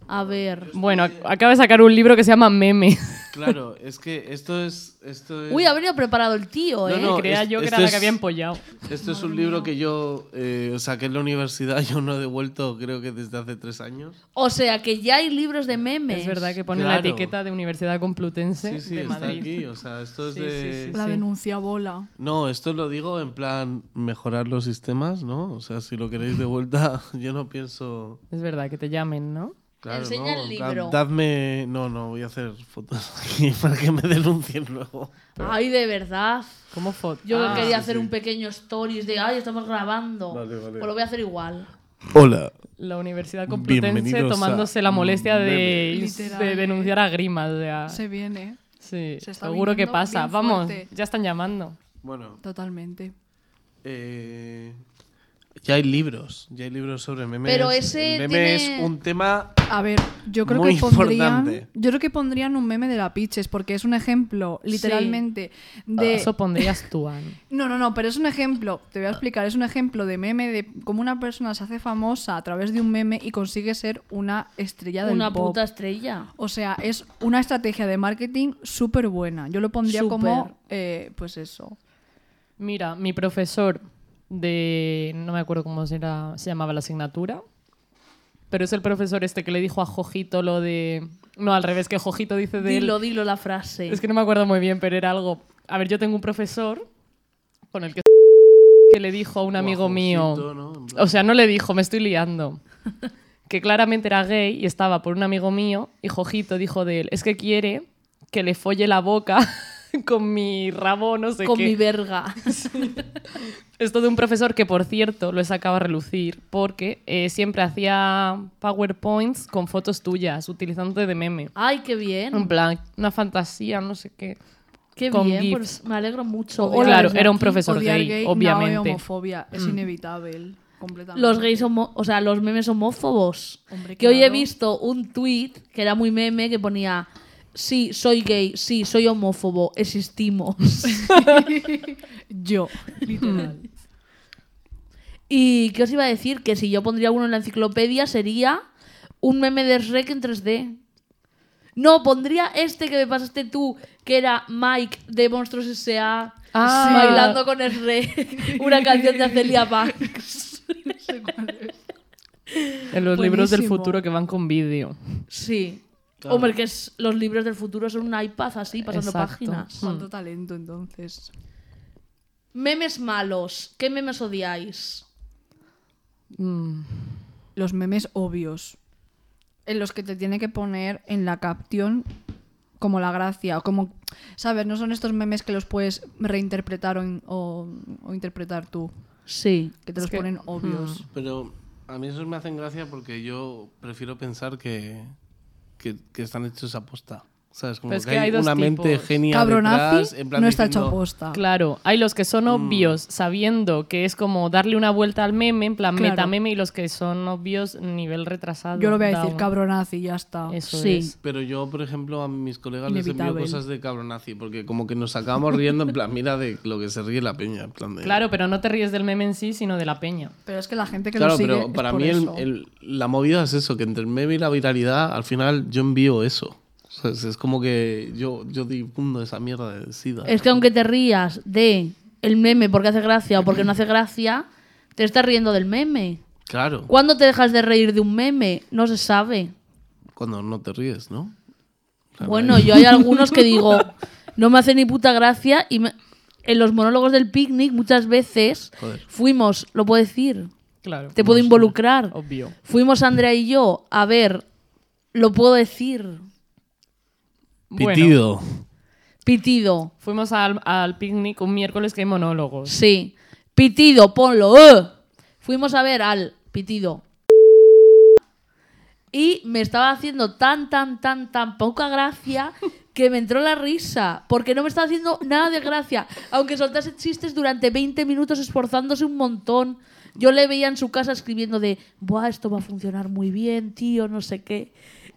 B: A ver.
D: Bueno, ac- acaba de sacar un libro que se llama Meme.
A: Claro, es que esto es. Esto es
B: Uy, ha venido preparado el tío,
A: No,
B: ¿eh?
A: no.
D: Creía
A: es-
D: yo que
A: esto
D: era la
A: es-
D: que había empollado.
A: Esto es un libro que yo eh, saqué en la universidad, yo no he devuelto creo que desde hace tres años.
B: O sea, que ya hay libros de memes.
D: Es verdad que pone la
A: Claro.
D: etiqueta de Universidad Complutense
A: Sí, sí,
D: de
A: está
D: Madrid.
A: aquí, o sea, esto es
D: Sí,
A: de...
D: sí, sí.
E: La denuncia bola.
A: No, esto lo digo en plan mejorar los sistemas, ¿no? O sea, si lo queréis de vuelta, yo no pienso...
D: Es verdad que te llamen, ¿no?
A: Claro,
B: Enseña
A: ¿no?
B: el
A: En plan,
B: libro.
A: dadme... No, no, voy a hacer fotos aquí para que me denuncien luego.
B: Ay, de verdad.
D: ¿Cómo foto?
B: Yo
D: Ah,
B: quería
A: sí,
B: hacer
A: sí.
B: un pequeño stories de, ay, estamos grabando.
A: Vale, vale.
B: Pues lo voy a hacer igual.
A: Hola.
D: La Universidad Complutense
A: Bienvenidos a
D: tomándose la molestia de,
E: Memes. Literal,
D: de
E: ¿eh?
D: denunciar a Grimas. o sea,
E: Se viene
D: sí,
E: se está
D: seguro que
E: viniendo
D: pasa.
E: bien
D: Vamos,
E: fuerte.
D: ya están llamando.
A: Bueno,
E: totalmente.
A: eh, Ya hay libros, ya hay libros sobre memes.
B: Pero ese
A: El meme
B: tiene-
A: es un tema
E: A ver, yo creo
A: Muy
E: que pondrían.
A: importante.
E: Yo creo que pondrían un meme de la Piches, porque es un ejemplo, literalmente, de.
D: Ah, Eso pondrías tú, Anne.
E: No, no, no, pero es un ejemplo, te voy a explicar, es un ejemplo de meme de cómo una persona se hace famosa a través de un meme y consigue ser una estrella del
B: Una
E: pop.
B: puta estrella.
E: O sea, es una estrategia de marketing súper buena. Yo lo pondría
B: Súper.
E: como, eh, pues eso.
D: Mira, mi profesor de. No me acuerdo cómo era- se llamaba la asignatura. Pero es el profesor este que le dijo a Jojito lo de. No, al revés, que Jojito dice de. él.
B: Dilo, dilo la frase.
D: Es que no me acuerdo muy bien, pero era algo. A ver, yo tengo un profesor con el que. que le dijo a un amigo mío.
A: guajosito, ¿no? En plan-
D: O sea, no le dijo, me estoy liando. Que claramente era gay y estaba por un amigo mío y Jojito dijo de él: Es que quiere que le folle la boca con mi rabo, no sé
B: Con
D: qué.
B: mi verga.
D: Esto de un profesor que, por cierto, lo he sacado a relucir porque eh, siempre hacía PowerPoints con fotos tuyas, utilizándote de meme.
B: Ay, qué bien.
D: En plan, una fantasía, no sé qué.
B: Qué
D: con
B: bien.
D: GIFs.
B: Pues me alegro mucho.
D: Odiar-
B: Hola,
D: Claro,
B: desde
D: era un
B: aquí.
D: profesor
E: Odiar
D: gay,
E: gay,
D: obviamente. Mm.
E: nao y homofobia es inevitable, completamente.
B: Los gays, homo- o sea, los memes homófobos.
D: Oh.
E: Hombre,
B: que hoy he
E: claro.
B: visto un tweet que era muy meme que ponía, sí, soy gay, sí, soy homófobo, existimos.
E: Yo,
D: Mm.
E: literal.
B: y qué os iba a decir, que si yo pondría uno en la enciclopedia sería un meme de Shrek en 3D. No, pondría este que me pasaste tú, que era Mike de Monstruos S.A.
D: Ah.
B: bailando con el rey una canción de Acelia Banks.
D: En los libros del
E: Buenísimo.
D: futuro que van con vídeo.
B: Sí. Hombre, que es- los libros del futuro son un iPad así, pasando
D: Exacto.
B: páginas.
E: Cuánto talento, entonces.
B: Memes malos. ¿Qué memes odiáis?
E: Los memes obvios. En los que te tiene que poner en la caption como la gracia. O como. ¿Sabes? No son estos memes que los puedes reinterpretar o, in- o- o interpretar tú.
B: Sí.
E: Que te los
D: que- Mm.
E: ponen obvios.
A: Pero a mí esos me hacen gracia porque yo prefiero pensar que, que, que están hechos a posta. ¿Sabes? Como
D: Pero es
A: que,
D: que
A: hay,
D: hay dos
A: una mente
D: tipos.
A: genia detrás,
E: Cabronazi
A: en plan
E: no está hecho
A: diciendo,
E: a posta.
D: Claro, hay los que
E: Mm.
D: son obvios, sabiendo que es como darle una vuelta al meme, en plan
E: Claro.
D: metameme, y los que son obvios nivel retrasado.
E: Yo lo voy a decir
D: down.
E: cabronazi, ya está.
D: Eso
B: Sí.
D: es.
A: Pero yo, por ejemplo, a mis colegas les
E: Inevitable.
A: envío cosas de cabronazi, porque como que nos acabamos riendo en plan, mira de lo que se ríe la peña. En plan de,
D: Claro, pero no te ríes del meme en sí, sino de la peña.
E: Pero es que la gente que
A: Claro,
E: lo sigue.
A: pero
E: es
A: para
E: por
A: mí el-
E: eso.
A: el- la movida es eso, que entre el meme y la viralidad, al final yo envío eso. O sea, es- es como que yo, yo difundo esa mierda de SIDA.
B: Es que aunque te rías de el meme porque hace gracia o porque no hace gracia, te estás riendo del meme.
A: Claro,
B: ¿Cuándo te dejas de reír de un meme? No se sabe.
A: cuando no te ríes, ¿no? Claro,
B: Bueno, yo hay algunos que digo, no me hace ni puta gracia y me- en los monólogos del picnic muchas veces
A: Joder.
B: fuimos, lo puedo decir,
D: Claro.
B: te puedo involucrar.
A: Oh.
D: Obvio.
B: Fuimos Andrea y yo a ver, lo puedo decir,
D: Bueno,
A: Pitido.
B: pitido,
D: fuimos al, al picnic un miércoles que hay monólogos.
B: sí, pitido, ponlo. ¡eh! Fuimos a ver al pitido. Y me estaba haciendo tan, tan, tan, tan poca gracia que me entró la risa, porque no me estaba haciendo nada de gracia. Aunque soltase chistes durante 20 minutos esforzándose un montón, yo le veía en su casa escribiendo de, Buah, esto va a funcionar muy bien, tío, no sé qué.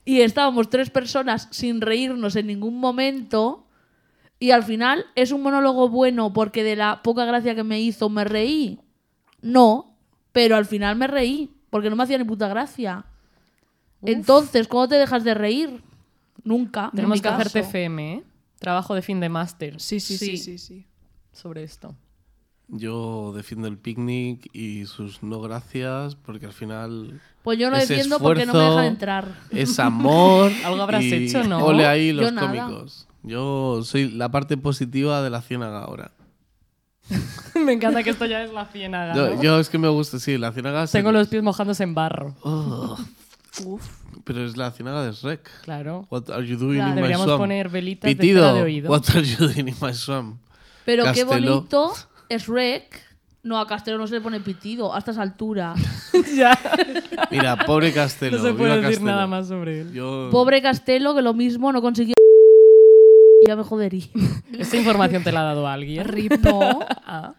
B: Y estábamos tres personas sin reírnos en ningún momento. Y al final es un monólogo bueno porque de la poca gracia que me hizo me reí. No, pero al final me reí porque no me hacía ni puta gracia. Entonces, ¿cómo te dejas de reír? Nunca. en
D: Tenemos
B: mi
D: que hacer
B: caso.
D: TFM, ¿eh? Trabajo de fin de máster
E: Sí, sí,
B: Sí.
E: sí, sí, sí.
D: sobre esto.
A: Yo defiendo el picnic y sus no gracias, porque al final
B: Pues yo lo
A: Ese
B: defiendo porque no me dejan
A: esfuerzo-
B: entrar.
A: es amor.
D: Algo habrás
A: y
D: hecho, ¿no?
A: Ole ahí
B: Yo
A: los
B: nada.
A: cómicos. Yo soy la parte positiva de la ciénaga ahora.
D: Me encanta que esto ya es la ciénaga.
A: Yo,
D: ¿no?
A: yo es que me gusta, sí, la ciénaga. se-
D: Tengo los pies mojándose en barro.
A: Oh,
E: Uf.
A: pero es la ciénaga de Shrek.
D: Claro.
A: What are you doing
B: Claro.
A: in my
D: Deberíamos
A: swamp?
D: poner velitas de
A: Pitido,
D: cera de oído.
A: What are you doing in my swamp?
B: Pero qué
A: Castelo.
B: bonito es Rec. No, a Castelo no se le pone pitido a estas alturas.
D: ya.
A: Mira, pobre Castelo.
D: No se puede
A: viva
D: decir
A: Castelo.
D: nada más sobre él.
A: Yo-
B: Pobre Castelo que lo mismo no consiguió. Ya me jodería.
D: Esta información te la ha dado alguien.
E: Rip, no.
D: Ah,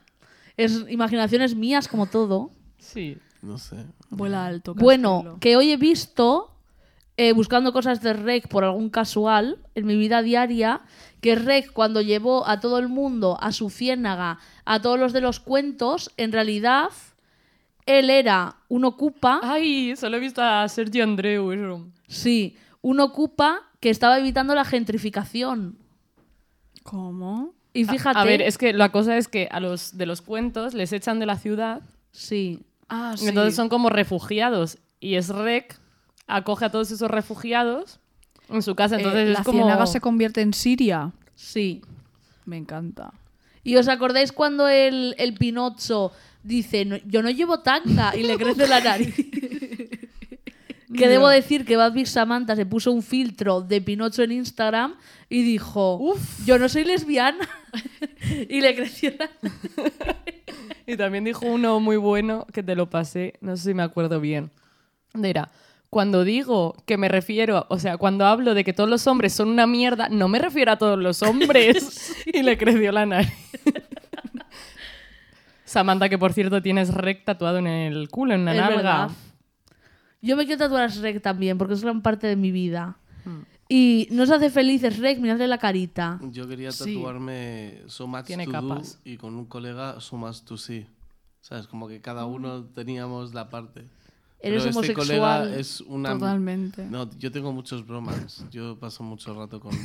B: Es imaginaciones mías como todo.
D: sí.
A: No sé.
E: Vuela alto.
B: Bueno,
E: Castelo.
B: que hoy he visto, eh, buscando cosas de Rec por algún casual en mi vida diaria, que Rec cuando llevó a todo el mundo a su ciénaga, a todos los de los cuentos, en realidad él era un ocupa,
D: Ah.
E: ¿Ah?
D: Ay, solo he visto a Sergio Andreu. eso.
B: sí, un ocupa que estaba evitando la gentrificación.
E: ¿Cómo?
B: Y fíjate,
D: A ver, es que la cosa es que a los de los cuentos les echan de la ciudad,
B: sí,
E: Ah, sí.
D: entonces son como refugiados. Y es rec, acoge a todos esos refugiados en su casa.
E: Eh,
D: Entonces
E: la
D: es como.
E: ciénaga se convierte en Siria.
B: sí.
E: Me encanta.
B: ¿Y os acordáis cuando el, el Pinocho dice, "No- yo no llevo tanga y le crece la nariz? que debo decir que Bad Bitch Samantha se puso un filtro de Pinocho en Instagram y dijo, yo no soy lesbiana. y le creció la
D: Y también dijo uno muy bueno que te lo pasé, no sé si me acuerdo bien. Era, cuando digo que me refiero, a- o sea, cuando hablo de que todos los hombres son una mierda, no me refiero a todos los hombres. y le creció la nariz. Samantha, que por cierto tienes rec tatuado en el culo, en la
B: Es
D: nalga.
B: verdad. Yo me quiero tatuar a Shrek también, porque es gran parte de mi vida.
D: Hmm.
B: Y no se hace feliz Shrek, miradle la carita.
A: Yo quería
E: Sí.
A: tatuarme so much
D: Tiene
A: to
D: capas.
A: do y con un colega so much to see. ¿Sabes? Como que cada uno teníamos la parte.
B: Mm. eres
A: Pero este
B: homosexual.
A: colega es una...
E: Totalmente.
A: No, yo tengo muchos bromas. Yo paso mucho rato con,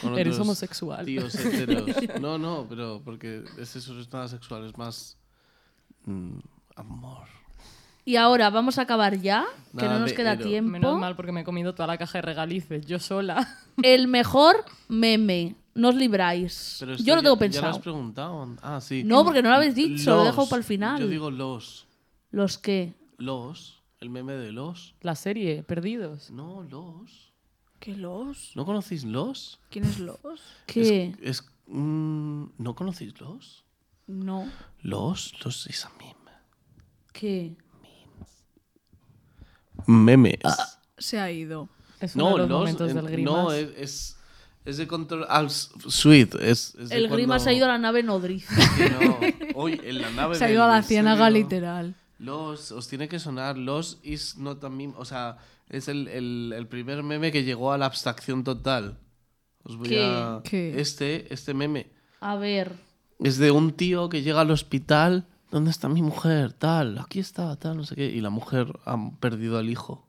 A: con
D: Eres
A: otros
D: homosexual.
A: tíos heteros. No, no, pero porque este eso es nada sexual, es más mm, amor.
B: Y ahora vamos a acabar ya, que
A: Nada
B: no nos
A: de
B: queda
A: ero.
B: tiempo.
D: Menos mal porque me he comido toda la caja de regalices yo sola.
B: El mejor meme. No os libráis.
A: Pero esto
B: Yo lo tengo
A: ya- ¿Ya lo
B: pensado.
A: has preguntado? Ah, sí.
B: No, porque no lo habéis dicho, lo he
A: Los.
B: dejado para el final.
A: Yo digo los.
B: Los que.
A: Los. El meme de los.
D: La serie, Perdidos.
A: No, los.
E: ¿Qué los?
A: ¿No conocéis los?
E: ¿Quién es los?
B: que
A: Es, es- mm, ¿No conocéis los?
E: No.
A: Los. Los es a mí.
B: que
A: Memes.
E: Se ha ido.
D: Es uno de los, momentos
A: eh,
D: del Grimas.
A: No, es, es, es de control. Ah, s- suite. Es, es de
B: El Grimas
A: cuando-
B: ha ido a la nave nodriz.
A: que no. Hoy en la nave.
E: Se ha
A: del
E: ido a la
A: misterio,
E: ciénaga literal.
A: Los, os tiene que sonar. Los is not a meme. O sea, es el, el, el primer meme que llegó a la abstracción total. Os voy
B: ¿Qué?
A: a.
E: ¿Qué?
A: Este, este meme.
B: A ver.
A: Es de un tío que llega al hospital. ¿Dónde está mi mujer? Tal, aquí está, tal, no sé qué. Y la mujer ha perdido al hijo.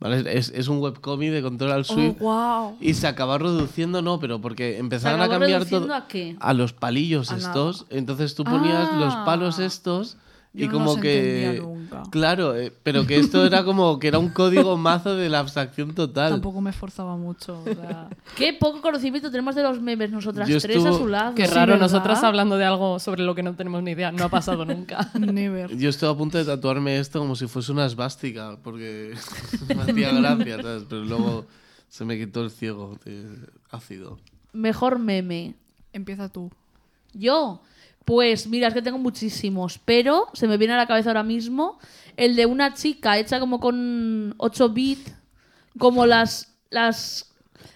A: ¿Vale? Es, es un webcomic de Control al
E: Oh,
A: Suite.
E: wow.
A: Y se acaba reduciendo, no, pero porque
B: ¿Se
A: empezaron a
B: acabó
A: cambiar
B: reduciendo
A: todo
B: a qué?
A: a los palillos
E: A la-
A: estos. Entonces tú ponías
E: Ah.
A: los palos estos y
E: Yo no
A: como
E: los
A: que.
E: entendía nunca.
A: Claro, eh, pero que esto era como que era un código mazo de la abstracción total.
E: Tampoco me esforzaba mucho. o sea,
B: Qué poco conocimiento tenemos de los memes nosotras
A: Yo
B: tres a
A: estuvo-
B: su lado.
D: Qué
E: Sí,
D: raro,
E: ¿verdad?
D: nosotras hablando de algo sobre lo que no tenemos ni idea. No ha pasado nunca.
E: Never.
A: Yo estoy a punto de tatuarme esto como si fuese una esvástica, porque me hacía gracia, ¿sabes? Pero luego se me quitó el ciego de ácido.
B: Mejor meme.
E: Empieza tú.
B: Yo, pues mira, es que tengo muchísimos, pero se me viene a la cabeza ahora mismo el de una chica hecha como con 8 bits, como las, las,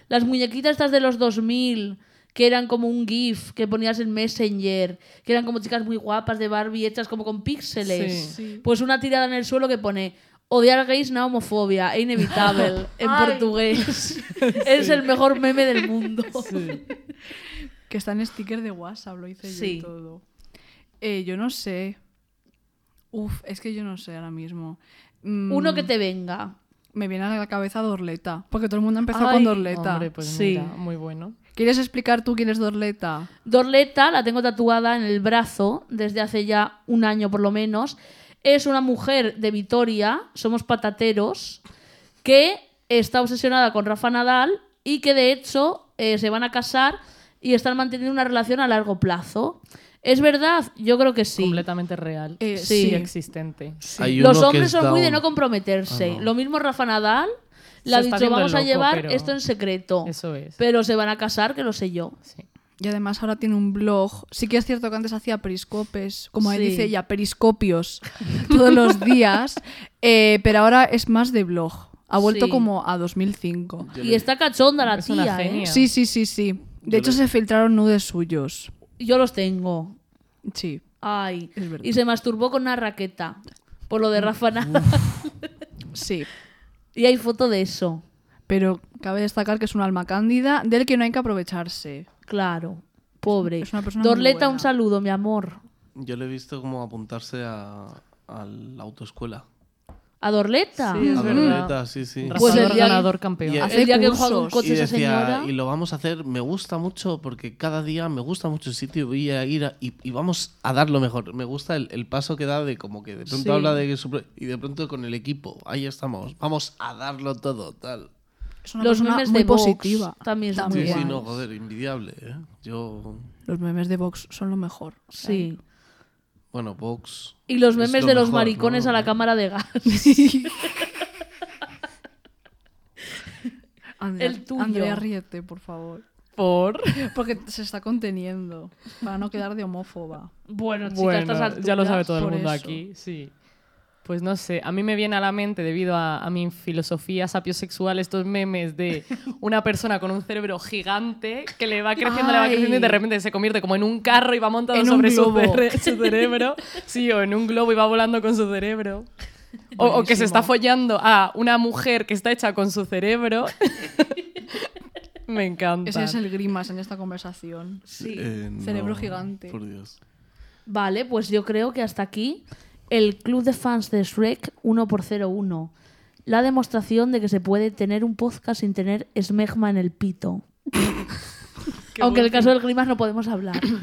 B: las muñequitas estas de los 2000, que eran como un GIF que ponías en Messenger, que eran como chicas muy guapas de Barbie hechas como con píxeles.
D: Sí.
E: Sí.
B: Pues una tirada en el suelo que pone odiar gays no homofobia e inevitable en
E: Ay.
B: portugués. Es el mejor meme del mundo.
E: Que está en sticker de WhatsApp, lo hice yo
B: Sí.
E: y todo. Eh, yo no sé. Uf, es que yo no sé ahora mismo. Mm,
B: Uno que te venga.
E: Me viene a la cabeza Dorleta. Porque todo el mundo empezó
B: Ay,
E: con Dorleta.
D: Hombre, pues
B: Sí.
D: mira, muy bueno.
E: ¿Quieres explicar tú quién es Dorleta?
B: Dorleta la tengo tatuada en el brazo desde hace ya un año por lo menos. Es una mujer de Vitoria, somos patateros, que está obsesionada con Rafa Nadal y que de hecho eh, se van a casar y están manteniendo una relación a largo plazo. ¿Es verdad? Yo creo que sí.
D: Completamente real.
E: Eh,
D: sí.
B: sí.
D: existente.
A: Hay
B: Los
A: uno que
B: hombres
A: es
B: son muy de
A: down.
B: no comprometerse.
A: Ah, no.
B: Lo mismo Rafa Nadal
D: Se
B: le ha
D: está
B: dicho,
D: viendo
B: vamos a
D: loco,
B: llevar
D: pero-
B: esto en secreto.
D: Eso es.
B: Pero se van a casar, que lo sé yo.
D: Sí.
E: Y además ahora tiene un blog. Sí que es cierto que antes hacía periscopes, como
B: Sí.
E: ahí dice ella, periscopios todos los días, eh, pero ahora es más de blog. Ha vuelto
B: Sí.
E: como a 2005.
A: Yo
B: Y
A: le-
B: está cachonda la
D: Es una
B: tía, ¿eh?
D: genia.
E: Sí, sí, sí, sí. De
A: Yo
E: hecho
A: lo-
E: se filtraron nudes suyos.
B: Yo los tengo.
E: Sí.
B: Ay,
E: Es verdad.
B: y se masturbó con una raqueta. Por lo de Rafa Nadal.
E: Sí.
B: y hay foto de eso.
E: Pero cabe destacar que es un alma cándida del que no hay que aprovecharse.
B: Claro. Pobre.
E: Es una persona muy
B: Dorleta,
E: buena.
B: un saludo, mi amor.
A: Yo le he visto como apuntarse a, a la autoescuela.
B: ¿A Dorleta?
D: Sí, es
A: a
D: verdad.
A: Dorleta, sí, sí.
D: Rafa
B: Pues el
D: Nadal,
B: día que-
D: ganador campeón.
A: Y-
B: El
E: Hace
B: día que juega con
E: cursos.
B: coche
A: y
B: Pues esa
A: decía,
B: señora.
A: y lo vamos a hacer, me gusta mucho porque cada día me gusta mucho el sitio y voy a ir a- y, y vamos a dar lo mejor. Me gusta el, el paso que da de como que de pronto
B: Sí.
A: habla de que su pro- y de pronto con el equipo, ahí estamos, vamos a darlo todo, tal.
E: Es una
B: Los
E: persona
B: memes
E: muy
B: de Vox
E: positiva.
B: también son muy
A: sí, sí,
B: guays.
A: no, joder, envidiable, ¿eh? Yo,
E: Los memes de Vox son lo mejor.
B: Sí.
A: bueno, Vox.
B: Y los
A: es
B: memes
A: lo
B: de los
A: mejor,
B: maricones
A: ¿no?
B: a la cámara de gas.
E: Andrea,
B: El tuyo.
E: Andrea, ríete, por favor.
D: Por.
E: Porque se está conteniendo para no quedar de homófoba.
B: Bueno, chicas,
D: Bueno,
B: estas alturas,
D: ya lo sabe todo el
E: por
D: mundo
E: eso.
D: aquí, sí. Pues no sé, a mí me viene a la mente, debido a, a mi filosofía sapiosexual, estos memes de una persona con un cerebro gigante que le va creciendo, le va
E: Ay.
D: creciendo y de repente se convierte como en un carro y va montado
E: En un
D: sobre su,
E: globo.
D: cere- su cerebro. Sí, o en un globo y va volando con su cerebro. O, o que se
E: Buenísimo.
D: está follando a una mujer que está hecha con su cerebro. me encanta.
E: Ese es el grimas en esta conversación.
B: Sí.
A: Eh,
E: Cerebro
A: no,
E: gigante.
A: Por Dios.
B: Vale, pues yo creo que hasta aquí el club de fans de Shrek 1x01. La demostración de que se puede tener un podcast sin tener esmegma en el pito. Aunque en el caso del Grimas no podemos hablar.
A: Yo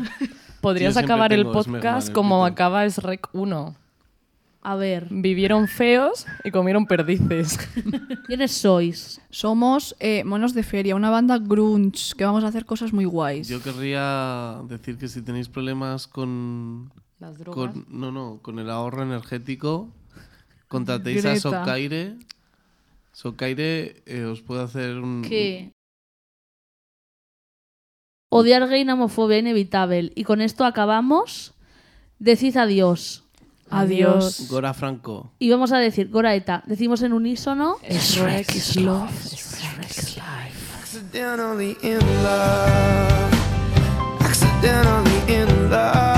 D: Podrías
A: siempre
D: acabar el
A: tengo esmerma en
D: podcast
A: el
D: como
A: pito.
D: acaba Shrek 1.
B: A ver,
D: Vivieron feos y comieron perdices.
B: ¿quiénes sois?
E: Somos eh, Monos de Feria, una banda grunge, que vamos a hacer cosas muy guays.
A: Yo querría decir que si tenéis problemas con,
D: Las drogas.
A: con no no con el ahorro energético, contratéis a
E: Greta.
A: Socaire. Socaire eh, os puede hacer un
B: Que odiar gay y homofobia inevitable. Y con esto acabamos. Decid adiós.
E: Adiós.
A: Gora Franco.
B: Y vamos a decir, Goraeta, decimos en unísono.
D: Shrek is love.
F: Accidentally in love. Accidentally in love.